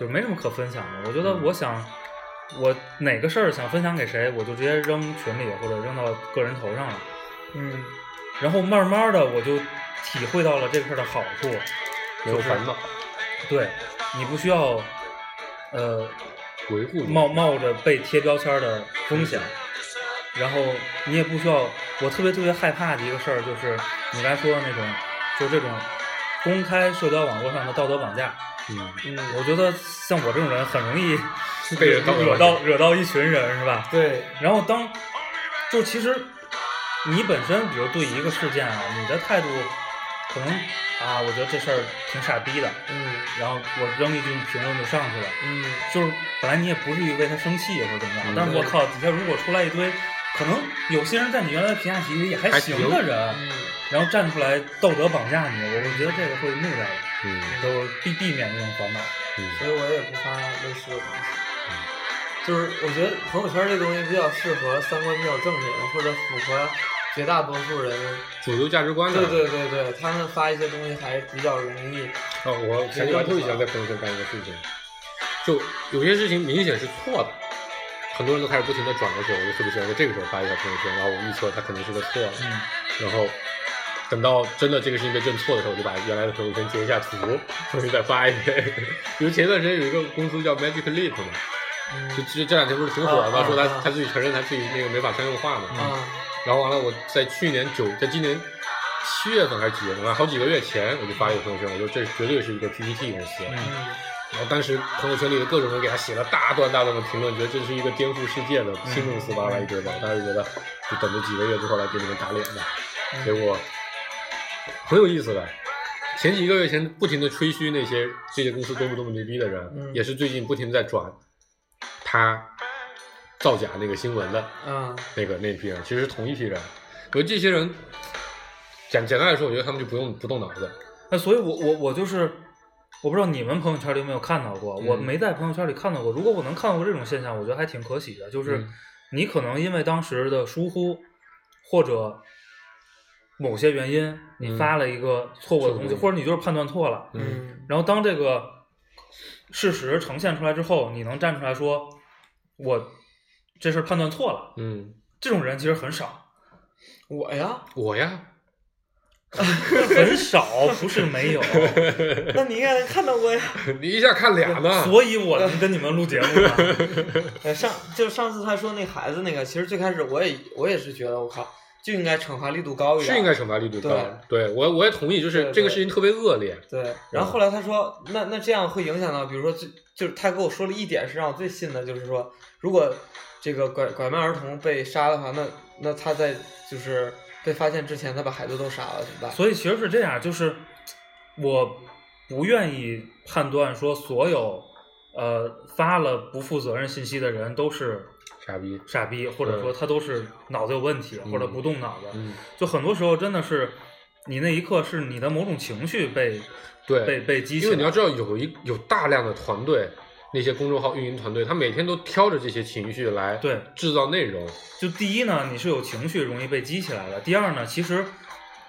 [SPEAKER 3] 就没什么可分享的。我觉得我想，我哪个事儿想分享给谁，我就直接扔群里或者扔到个人头上了。
[SPEAKER 2] 嗯，
[SPEAKER 3] 然后慢慢的我就体会到了这个事儿的好处，
[SPEAKER 4] 没有
[SPEAKER 3] 就是
[SPEAKER 4] 烦恼，
[SPEAKER 3] 对你不需要呃
[SPEAKER 4] 回顾
[SPEAKER 3] 冒冒着被贴标签的风险，然后你也不需要。我特别特别害怕的一个事儿就是你刚才说的那种，就是这种公开社交网络上的道德绑架。
[SPEAKER 4] 嗯，
[SPEAKER 2] 嗯，
[SPEAKER 3] 我觉得像我这种人很容 易
[SPEAKER 4] 被人道德
[SPEAKER 3] 惹
[SPEAKER 4] 绑架
[SPEAKER 3] 到惹到一群人，是吧？
[SPEAKER 2] 对，
[SPEAKER 3] 然后当就其实你本身，比如对一个事件啊，你的态度可能啊，我觉得这事儿挺傻逼的，
[SPEAKER 2] 嗯
[SPEAKER 3] 然后我扔一句评论就上去了。
[SPEAKER 2] 嗯，
[SPEAKER 3] 就是本来你也不至于为他生气啊或者怎么样，
[SPEAKER 4] 嗯
[SPEAKER 3] 但是我靠，底下如果出来一堆，可能有些人在你原来的评价体系里也还行的人，
[SPEAKER 2] 嗯，
[SPEAKER 3] 然后站出来道德绑架你，我我觉得这个会内在的，
[SPEAKER 4] 嗯
[SPEAKER 3] 都避避免这种烦恼。
[SPEAKER 4] 嗯
[SPEAKER 2] 所以我也不发类似的东西。就是我觉得朋友圈这东西比较适合三观比较正的人，或者符合绝大多数人。
[SPEAKER 4] 主流价值观的。
[SPEAKER 2] 对对对对，他们发一些东西还是比较容易。
[SPEAKER 4] 啊，我前几天特别想在朋友圈干一个事情，就有些事情明显是错的，很多人都开始不停的转的时候，我就特别喜欢在这个时候发一条朋友圈，然后我预测它肯定是个错的，
[SPEAKER 3] 嗯，
[SPEAKER 4] 然后等到真的这个事情被认错的时候，我就把原来的朋友圈截一下图，重新再发一遍。 比如前段时间有一个公司叫 Magic Leap 嘛，就
[SPEAKER 2] 嗯
[SPEAKER 4] 这这两天不是挺火的
[SPEAKER 2] 啊
[SPEAKER 4] 吗？
[SPEAKER 2] 啊
[SPEAKER 4] 说他
[SPEAKER 2] 啊
[SPEAKER 4] 他自己承认他自己那个没法商用化嘛，
[SPEAKER 2] 啊
[SPEAKER 4] 然后完了，我在去年九，在今年七月份还是几月份，反正好几个月前我就发一个朋友圈，我说这绝对是一个 PPT 公司。
[SPEAKER 3] 嗯
[SPEAKER 2] 嗯
[SPEAKER 4] 然后当时朋友圈里的各种人给他写了大段大段的评论，觉得这是一个颠覆世界的新公司，巴拉一堆吧。我当时觉得就等着几个月之后来给你们打脸吧。结果很有意思的，前几个月前不停的吹嘘那些这些公司多么多么牛逼的人，
[SPEAKER 2] 嗯
[SPEAKER 4] 也是最近不停地在转他造假那个新闻的。
[SPEAKER 2] 嗯
[SPEAKER 4] 那个那批人，其实是同一批人。我觉得这些人，简简单来说，我觉得他们就不用不动脑子。
[SPEAKER 3] 那所以我我我就是。我不知道你们朋友圈里有没有看到过，
[SPEAKER 4] 嗯
[SPEAKER 3] 我没在朋友圈里看到过。如果我能看到过这种现象，我觉得还挺可喜的。就是
[SPEAKER 4] 嗯
[SPEAKER 3] 你可能因为当时的疏忽，或者某些原因，你
[SPEAKER 4] 嗯
[SPEAKER 3] 发了一个错误的东
[SPEAKER 4] 错
[SPEAKER 3] 西，
[SPEAKER 4] 误
[SPEAKER 3] 或者你就是判断错了，
[SPEAKER 2] 嗯
[SPEAKER 3] 然后当这个事实呈现出来之后，你能站出来说，我这事儿判断错了，
[SPEAKER 4] 嗯，
[SPEAKER 3] 这种人其实很少，
[SPEAKER 2] 我呀，
[SPEAKER 4] 我呀，
[SPEAKER 3] 很少，不是没 有。
[SPEAKER 2] 那你应该能看到我呀。
[SPEAKER 4] 你一下看俩呢，
[SPEAKER 3] 所以我能跟你们录节目嘛，
[SPEAKER 2] 呃，上就上次他说那孩子那个，其实最开始我也我也是觉得我靠就应该惩罚力度高一点，
[SPEAKER 4] 是应该惩罚力度高。对我我也同意，就
[SPEAKER 2] 对
[SPEAKER 4] 是
[SPEAKER 2] 对
[SPEAKER 4] 这个事情特别恶劣。
[SPEAKER 2] 对。然后后来他说，那那这样会影响到，比如说最就是他跟我说了一点是让我最信的，就是说如果这个拐拐卖儿童被杀的话，那那他在就是被发现之前，他把孩子都杀了怎么办？
[SPEAKER 3] 所以其实是这样，就是我不愿意判断说所有呃发了不负责任信息的人都是
[SPEAKER 4] 傻逼。
[SPEAKER 3] 傻逼，或者说他都是脑子有问题，
[SPEAKER 4] 嗯
[SPEAKER 3] 或者不动脑子。
[SPEAKER 4] 嗯，
[SPEAKER 3] 就很多时候真的是，你那一刻是你的某种情绪被被
[SPEAKER 4] 对，
[SPEAKER 3] 被激起来，
[SPEAKER 4] 因为你要知道，有一有大量的团队，那些公众号运营团队，他每天都挑着这些情绪来
[SPEAKER 3] 对
[SPEAKER 4] 制造内容。
[SPEAKER 3] 就第一呢，你是有情绪容易被激起来的；第二呢，其实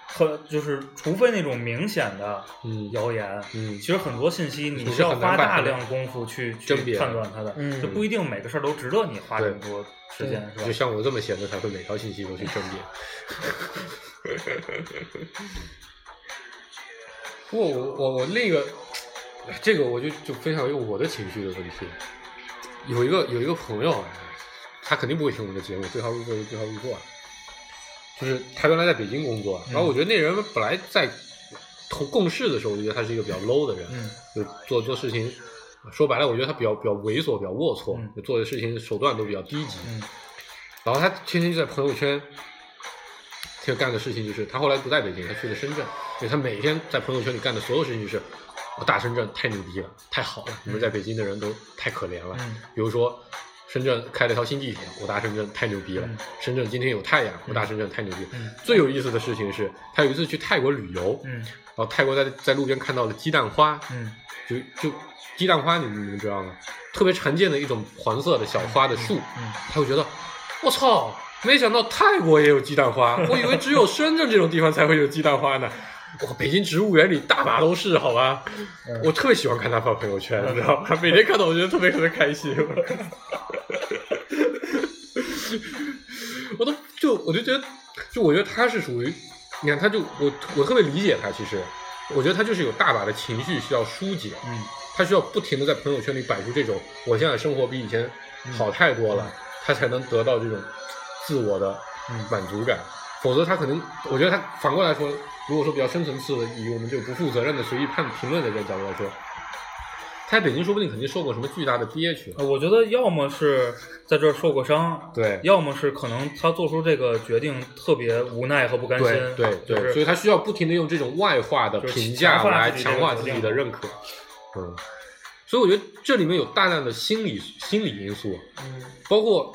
[SPEAKER 3] 很就是，除非那种明显的
[SPEAKER 4] 嗯
[SPEAKER 3] 谣言，
[SPEAKER 4] 嗯
[SPEAKER 3] 其实很多信息你
[SPEAKER 4] 你
[SPEAKER 3] 是
[SPEAKER 4] 是
[SPEAKER 3] 要
[SPEAKER 4] 很难
[SPEAKER 3] 花
[SPEAKER 4] 判
[SPEAKER 3] 大
[SPEAKER 4] 断的
[SPEAKER 3] 量功夫去
[SPEAKER 4] 甄
[SPEAKER 3] 去
[SPEAKER 4] 别
[SPEAKER 3] 判断它的，
[SPEAKER 2] 嗯
[SPEAKER 3] 就不一定每个事儿都值得你花这么多时间，是吧
[SPEAKER 4] 就？像我这么闲的，才会每条信息都去甄别。 不过我我我那个，这个我就就分享一个我的情绪的问题。有一个有一个朋友啊，他肯定不会听我们的节目，对号入座就对号入座啊。就是他原来在北京工作，然后我觉得那人本来在同共事的时候，我就觉得他是一个比较 low 的人，
[SPEAKER 3] 嗯
[SPEAKER 4] 就做做事情，说白了，我觉得他比较比较猥琐，比较龌龊，
[SPEAKER 3] 嗯
[SPEAKER 4] 就做的事情手段都比较低级。
[SPEAKER 3] 嗯
[SPEAKER 4] 然后他天天就在朋友圈，天天干的事情就是，他后来不在北京，他去了深圳，所以他每天在朋友圈里干的所有事情就是，我大深圳太牛逼了，太好了，你们在北京的人都太可怜了。
[SPEAKER 3] 嗯
[SPEAKER 4] 比如说，深圳开了条新地铁，我大深圳太牛逼了。
[SPEAKER 3] 嗯
[SPEAKER 4] 深圳今天有太阳，我大深圳太牛逼了。
[SPEAKER 3] 嗯
[SPEAKER 4] 最有意思的事情是，他有一次去泰国旅游，
[SPEAKER 3] 嗯
[SPEAKER 4] 然后泰国在在路边看到了鸡蛋花，
[SPEAKER 3] 嗯
[SPEAKER 4] 就就鸡蛋花你，你们知道吗？特别常见的一种黄色的小花的树，
[SPEAKER 3] 嗯
[SPEAKER 4] 他会觉得，我操，没想到泰国也有鸡蛋花，我以为只有深圳这种地方才会有鸡蛋花呢。哇，北京植物园里大把都是，好吧？我特别喜欢看他发朋友圈，你知道吗？每天看到我觉得特别特别开心。 我都就我就觉得，就我觉得他是属于，你看他就我我特别理解他，其实我觉得他就是有大把的情绪需要疏解，
[SPEAKER 3] 嗯
[SPEAKER 4] 他需要不停的在朋友圈里摆出这种我现在生活比以前好太多了，
[SPEAKER 3] 嗯
[SPEAKER 4] 他才能得到这种自我的满足感。否则他可能，我觉得他反过来说，如果说比较深层次的，以我们这种不负责任的随意判评论的这个角度来说，他在北京说不定肯定受过什么巨大的憋屈。
[SPEAKER 3] 呃我觉得要么是在这儿受过伤，
[SPEAKER 4] 对
[SPEAKER 3] 要么是可能他做出这个决定特别无奈和不甘心啊
[SPEAKER 4] 对，对
[SPEAKER 3] 就
[SPEAKER 4] 对，
[SPEAKER 3] 是
[SPEAKER 4] 所以他需要不停的用这种外化的
[SPEAKER 3] 就是
[SPEAKER 4] 评价
[SPEAKER 3] 强化
[SPEAKER 4] 来
[SPEAKER 3] 自己
[SPEAKER 4] 强
[SPEAKER 3] 这个
[SPEAKER 4] 化
[SPEAKER 3] 决
[SPEAKER 4] 自己
[SPEAKER 3] 定
[SPEAKER 4] 的认可。嗯，所以我觉得这里面有大量的心理心理因素。啊
[SPEAKER 2] 嗯
[SPEAKER 4] 包括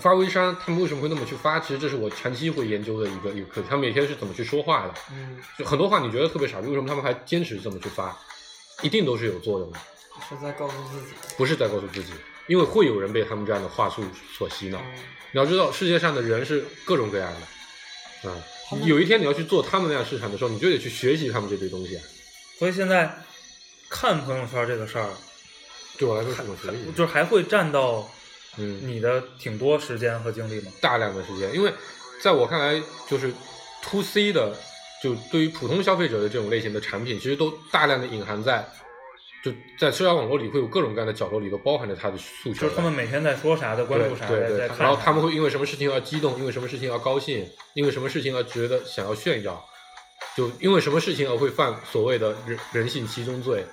[SPEAKER 4] 发微商，他们为什么会那么去发？其实这是我长期会研究的一个一个课题。他们每天是怎么去说话的？
[SPEAKER 2] 嗯，
[SPEAKER 4] 就很多话你觉得特别傻逼，为什么他们还坚持这么去发？一定都是有作用的，
[SPEAKER 2] 是在告诉自己，
[SPEAKER 4] 不是在告诉自己，因为会有人被他们这样的话术所洗脑。
[SPEAKER 2] 嗯，
[SPEAKER 4] 你要知道，世界上的人是各种各样的，啊、
[SPEAKER 2] 他们
[SPEAKER 4] 有一天你要去做他们那样市场的时候，你就得去学习他们这堆东西啊。
[SPEAKER 3] 所以现在看朋友圈这个事儿，
[SPEAKER 4] 对我来说是种学习，
[SPEAKER 3] 就是还会占到
[SPEAKER 4] 嗯，
[SPEAKER 3] 你的挺多时间和精力吗？
[SPEAKER 4] 大量的时间，因为在我看来，就是 to C 的，就对于普通消费者的这种类型的产品，其实都大量的隐含在，就在社交网络里会有各种各样的角落里都包含着他的诉求
[SPEAKER 3] 就
[SPEAKER 4] 的。
[SPEAKER 3] 是他们每天在说啥，在关注啥，
[SPEAKER 4] 对
[SPEAKER 3] 在
[SPEAKER 4] 对
[SPEAKER 3] 在
[SPEAKER 4] 对，
[SPEAKER 3] 看啥，
[SPEAKER 4] 然后他们会因为什么事情而激动，因为什么事情而高兴，因为什么事情而觉得想要炫耀，就因为什么事情而会犯所谓的人人性七宗罪，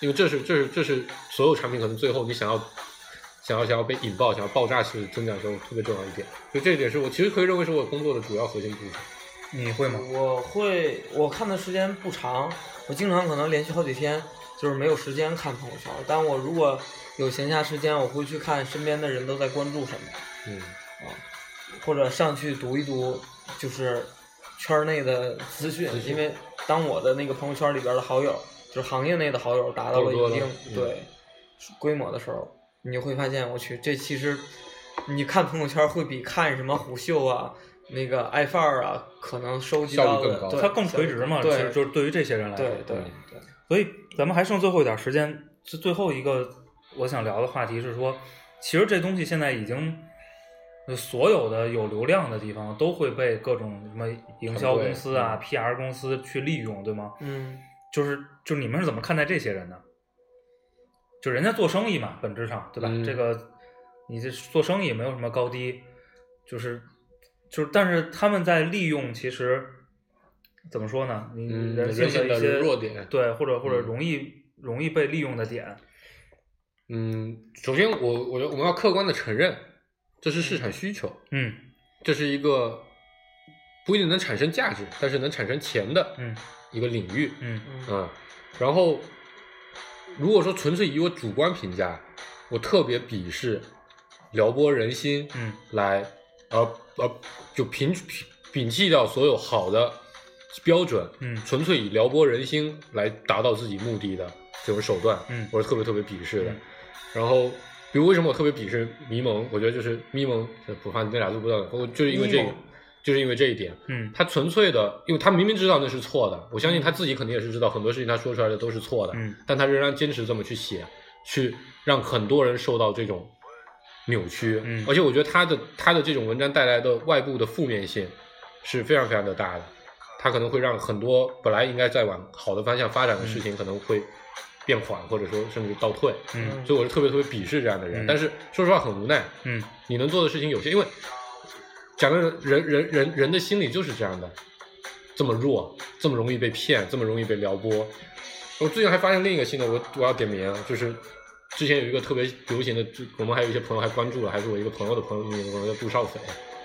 [SPEAKER 4] 因为这是这是这是所有产品可能最后你想要想要想要被引爆、想要爆炸式增长的时候特别重要一点，所以这一点是我其实可以认为是我工作的主要核心部分。
[SPEAKER 3] 你会吗？
[SPEAKER 2] 我会，我看的时间不长，我经常可能连续好几天就是没有时间看朋友圈，但我如果有闲暇时间，我会去看身边的人都在关注什么，
[SPEAKER 4] 嗯，
[SPEAKER 2] 或者上去读一读，就是圈儿内的资讯
[SPEAKER 4] 资，讯
[SPEAKER 2] 因为当我的那个朋友圈里边的好友，就是行业内的好友达到
[SPEAKER 4] 够
[SPEAKER 2] 了
[SPEAKER 4] 多了
[SPEAKER 2] 一定
[SPEAKER 4] 嗯
[SPEAKER 2] 对规模的时候，你就会发现，我去，这其实你看朋友圈会比看什么虎嗅啊。那个爱范儿啊，可能收集
[SPEAKER 4] 效率
[SPEAKER 2] 到
[SPEAKER 4] 更
[SPEAKER 2] 的
[SPEAKER 4] 高，
[SPEAKER 2] 对
[SPEAKER 3] 它更垂直嘛，其
[SPEAKER 2] 对，
[SPEAKER 3] 实就是对于这些人来说，
[SPEAKER 2] 对对对，
[SPEAKER 3] 所以咱们还剩最后一点时间，最最后一个我想聊的话题是说，其实这东西现在已经，呃所有的有流量的地方都会被各种什么营销公司啊、PR
[SPEAKER 4] 嗯
[SPEAKER 3] 公司去利用，对吗？
[SPEAKER 2] 嗯，
[SPEAKER 3] 就是就你们是怎么看待这些人的？就人家做生意嘛，本质上对吧？
[SPEAKER 4] 嗯
[SPEAKER 3] 这个你这做生意没有什么高低，就是就是，但是他们在利用其实怎么说呢？你
[SPEAKER 4] 嗯
[SPEAKER 3] 你人性
[SPEAKER 4] 人性的
[SPEAKER 3] 一些
[SPEAKER 4] 弱点
[SPEAKER 3] 对，或者或者
[SPEAKER 4] 嗯
[SPEAKER 3] 容易、容易被利用的点，
[SPEAKER 4] 嗯，首先我我觉得我们要客观的承认，这是市场需求，
[SPEAKER 3] 嗯
[SPEAKER 4] 这是一个不一定能产生价值，但是能产生钱的
[SPEAKER 3] 嗯
[SPEAKER 4] 一个领域。
[SPEAKER 3] 嗯
[SPEAKER 4] 嗯，然后如果说纯粹以我主观评价，我特别鄙视撩拨人心，
[SPEAKER 3] 嗯，
[SPEAKER 4] 来，而而就摒摒摒弃掉所有好的标准，
[SPEAKER 3] 嗯
[SPEAKER 4] 纯粹以撩拨人心来达到自己目的的这种手段，
[SPEAKER 3] 嗯
[SPEAKER 4] 我是特别特别鄙视的。
[SPEAKER 3] 嗯
[SPEAKER 4] 然后，比如为什么我特别鄙视迷蒙？我觉得就是迷蒙，不怕你那俩字不知道，我就是因为这
[SPEAKER 3] 迷
[SPEAKER 4] 个
[SPEAKER 3] 蒙，
[SPEAKER 4] 就是因为这一点，
[SPEAKER 3] 嗯
[SPEAKER 4] 他纯粹的，因为他明明知道那是错的，我相信他自己肯定也是知道很多事情他说出来的都是错的，
[SPEAKER 3] 嗯
[SPEAKER 4] 但他仍然坚持这么去写，去让很多人受到这种扭曲，
[SPEAKER 3] 嗯
[SPEAKER 4] 而且我觉得他的他的这种文章带来的外部的负面性是非常非常的大的，他可能会让很多本来应该在往好的方向发展的事情可能会变缓，或者说甚至倒退，
[SPEAKER 3] 嗯
[SPEAKER 4] 所以我是特别特别鄙视这样的人，
[SPEAKER 3] 嗯
[SPEAKER 4] 但是说实话很无奈，
[SPEAKER 3] 嗯
[SPEAKER 4] 你能做的事情有限，因为讲的人人人人的心理就是这样的，这么弱，这么容易被骗，这么容易被撩拨。我最近还发现另一个新的，我我要点名，啊就是之前有一个特别流行的，就我们还有一些朋友还关注了，还是我一个朋友的朋友，女朋友叫杜少斐，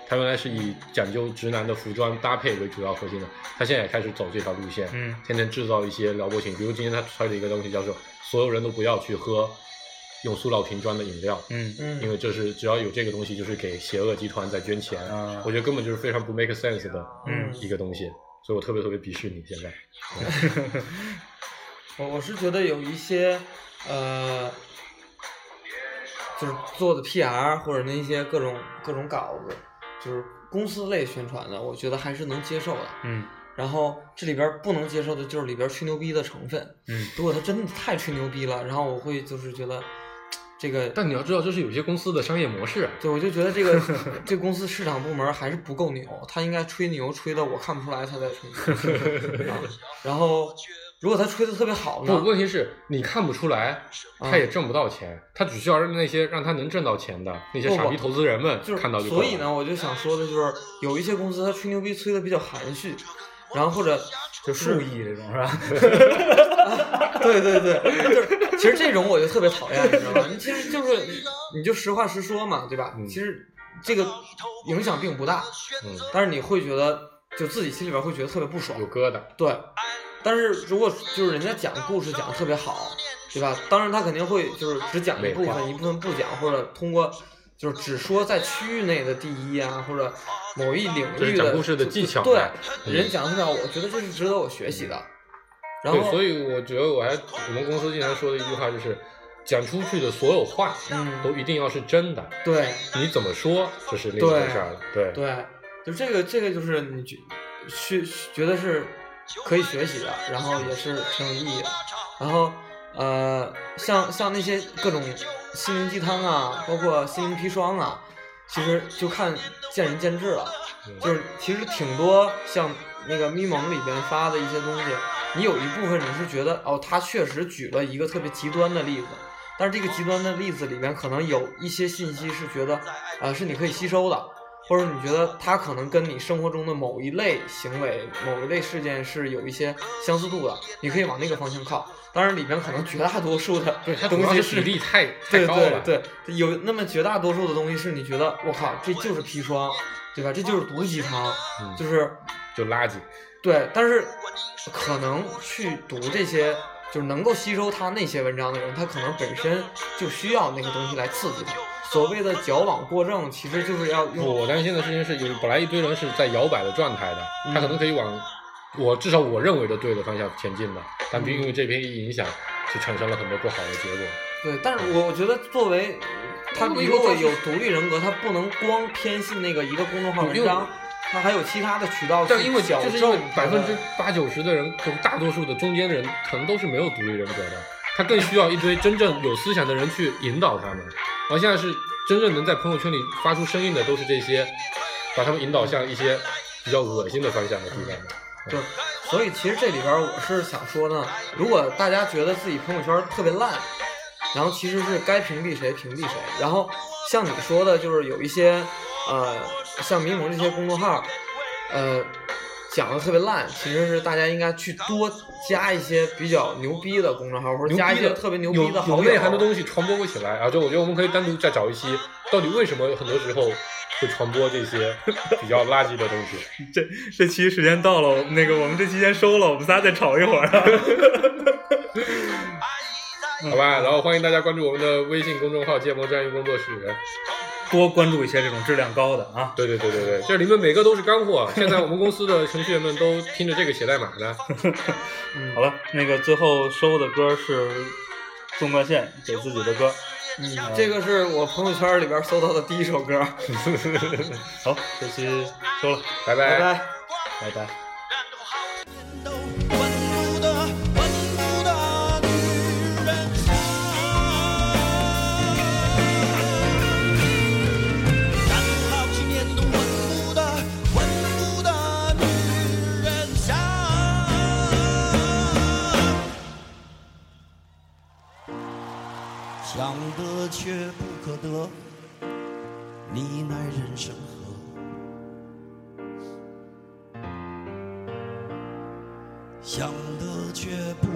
[SPEAKER 4] 它原来是以讲究直男的服装搭配为主要核心的，它现在也开始走这条路线，
[SPEAKER 3] 嗯
[SPEAKER 4] 天天制造一些撩拨情绪。比如今天他推了一个东西叫做“所有人都不要去喝用塑料瓶装的饮料”，
[SPEAKER 3] 嗯
[SPEAKER 2] 嗯
[SPEAKER 4] 因为这是只要有这个东西，就是给邪恶集团在捐钱。
[SPEAKER 3] 啊
[SPEAKER 4] 我觉得根本就是非常不 make sense 的
[SPEAKER 3] 嗯
[SPEAKER 4] 一个东西，所以我特别特别鄙视你现在。
[SPEAKER 2] 我我是觉得有一些呃，就是做的 PR 或者那些各种各种稿子，就是公司类宣传的，我觉得还是能接受的。
[SPEAKER 3] 嗯
[SPEAKER 2] 然后这里边儿不能接受的就是里边儿吹牛逼的成分。
[SPEAKER 3] 嗯
[SPEAKER 2] 如果他真的太吹牛逼了，然后我会就是觉得 这个，
[SPEAKER 4] 但你要知道，这是有些公司的商业模式。
[SPEAKER 2] 对我就觉得这个这公司市场部门儿还是不够牛，他应该吹牛吹的我看不出来他在吹牛。啊、然后如果他吹的特别好
[SPEAKER 4] 不，
[SPEAKER 2] 呢？
[SPEAKER 4] 问题是你看不出来，
[SPEAKER 2] 啊
[SPEAKER 4] 他也挣不到钱，他只需要让那些让他能挣到钱的那些
[SPEAKER 2] 不
[SPEAKER 4] 傻逼
[SPEAKER 2] 不
[SPEAKER 4] 投资人们
[SPEAKER 2] 就是
[SPEAKER 4] 看到就够
[SPEAKER 2] 所
[SPEAKER 4] 了。
[SPEAKER 2] 以呢，，我就想说的就是，有一些公司它吹牛逼吹的比较含蓄，然后或者
[SPEAKER 3] 就数亿这种是吧？
[SPEAKER 2] 对对对，就是其实这种我就特别讨厌，你知道吗？你其实就是你就实话实说嘛，对吧？
[SPEAKER 4] 嗯
[SPEAKER 2] 其实这个影响并不大，
[SPEAKER 4] 嗯，
[SPEAKER 2] 但是你会觉得就自己心里边会觉得特别不爽
[SPEAKER 4] 有，疙瘩。
[SPEAKER 2] 对。但是如果就是人家讲故事讲得特别好，对吧？当然他肯定会就是只讲一部
[SPEAKER 4] 美化
[SPEAKER 2] 分，一部分不讲，或者通过就是只说在区域内的第一啊，或者某一领
[SPEAKER 4] 这
[SPEAKER 2] 域
[SPEAKER 4] 是
[SPEAKER 2] 的
[SPEAKER 4] 讲故事的技巧
[SPEAKER 2] 对
[SPEAKER 4] 呗，嗯
[SPEAKER 2] 人讲得特别好，我觉得这是值得我学习的。然后
[SPEAKER 4] 对，所以我觉得我还我们公司经常说的一句话就是，讲出去的所有话，
[SPEAKER 2] 嗯
[SPEAKER 4] 都一定要是真的。
[SPEAKER 2] 对
[SPEAKER 4] 你怎么说，这是另一回
[SPEAKER 2] 对
[SPEAKER 4] 事儿了。对，
[SPEAKER 2] 对，就这个这个就是你觉学觉得是可以学习的，然后也是挺有意义的。然后呃，像像那些各种心灵鸡汤啊，包括心灵砒霜啊，其实就看见仁见智了。
[SPEAKER 4] 嗯
[SPEAKER 2] 就是其实挺多像那个咪蒙里边发的一些东西，你有一部分你是觉得哦，他确实举了一个特别极端的例子，但是这个极端的例子里边可能有一些信息是觉得呃是你可以吸收的，或者你觉得它可能跟你生活中的某一类行为、某一类事件是有一些相似度的，你可以往那个方向靠。当然，里边可能绝大多数的
[SPEAKER 4] 对，它主
[SPEAKER 2] 东
[SPEAKER 4] 要
[SPEAKER 2] 西
[SPEAKER 4] 是比例太太
[SPEAKER 2] 对
[SPEAKER 4] 高了。
[SPEAKER 2] 对对，有那么绝大多数的东西是你觉得我靠，这就是砒霜，对吧？这就是毒鸡汤，
[SPEAKER 4] 嗯
[SPEAKER 2] 就是
[SPEAKER 4] 就垃圾。
[SPEAKER 2] 对。但是可能去读这些，就是能够吸收他那些文章的人，他可能本身就需要那个东西来刺激他。所谓的矫枉过正，其实就是要
[SPEAKER 4] 我
[SPEAKER 2] 用
[SPEAKER 4] 我担心的事情是有本来一堆人是在摇摆的状态的，
[SPEAKER 2] 嗯
[SPEAKER 4] 他可能可以往我至少我认为的对的方向前进的，但并
[SPEAKER 2] 嗯
[SPEAKER 4] 因为这篇一影响，就产生了很多不好的结果。
[SPEAKER 2] 对。但是我觉得作为他
[SPEAKER 4] 我以为
[SPEAKER 2] 如果
[SPEAKER 4] 这是
[SPEAKER 2] 有独立人格，他不能光偏信那个一个公众号
[SPEAKER 4] 因为
[SPEAKER 2] 文章，他还有其他的渠道去
[SPEAKER 4] 但因为
[SPEAKER 2] 矫
[SPEAKER 4] 就是因为
[SPEAKER 2] 正他
[SPEAKER 4] 百
[SPEAKER 2] 的
[SPEAKER 4] 分之八九十的人，可能大多数的中间人，可能都是没有独立人格的，他更需要一堆真正有思想的人去引导他们。而现在是真正能在朋友圈里发出声音的，都是这些，把他们引导向一些比较恶心的方向的地
[SPEAKER 2] 嗯
[SPEAKER 4] 方。
[SPEAKER 2] 对，所以其实这里边儿我是想说呢，如果大家觉得自己朋友圈儿特别烂，然后其实是该屏蔽谁屏蔽谁，然后像你说的，就是有一些呃，像迷蒙这些公众号，呃，讲的特别烂，其实是大家应该去多加一些比较牛逼的公众号，或者
[SPEAKER 4] 牛
[SPEAKER 2] 加一
[SPEAKER 4] 逼
[SPEAKER 2] 些
[SPEAKER 4] 的
[SPEAKER 2] 特别牛
[SPEAKER 4] 有
[SPEAKER 2] 逼的好
[SPEAKER 4] 有
[SPEAKER 2] 友啊
[SPEAKER 4] 内涵的东西传播不起来啊！就我觉得我们可以单独再找一期，到底为什么很多时候会传播这些比较垃圾的东西？
[SPEAKER 3] 这这期时间到了，那个我们这期先收了，我们仨再吵一会儿。
[SPEAKER 2] 嗯
[SPEAKER 4] 好吧，然后欢迎大家关注我们的微信公众号“建模专业工作室”。
[SPEAKER 3] 多关注一些这种质量高的啊。
[SPEAKER 4] 对对对对对，这里面每个都是干货。现在我们公司的程序员们都听着这个写代码呢。
[SPEAKER 3] 好了，那个最后收的歌是纵贯线给自己的歌。
[SPEAKER 2] 嗯，这个是我朋友圈儿里边儿搜到的第一 首歌，
[SPEAKER 3] 好，这期收了，
[SPEAKER 4] 拜拜
[SPEAKER 2] 拜拜。
[SPEAKER 3] 拜拜。
[SPEAKER 7] 温柔的、温柔的女人香，干好几年的温柔的、温柔的女人香。想得却不可得，你奈人生何？想得却不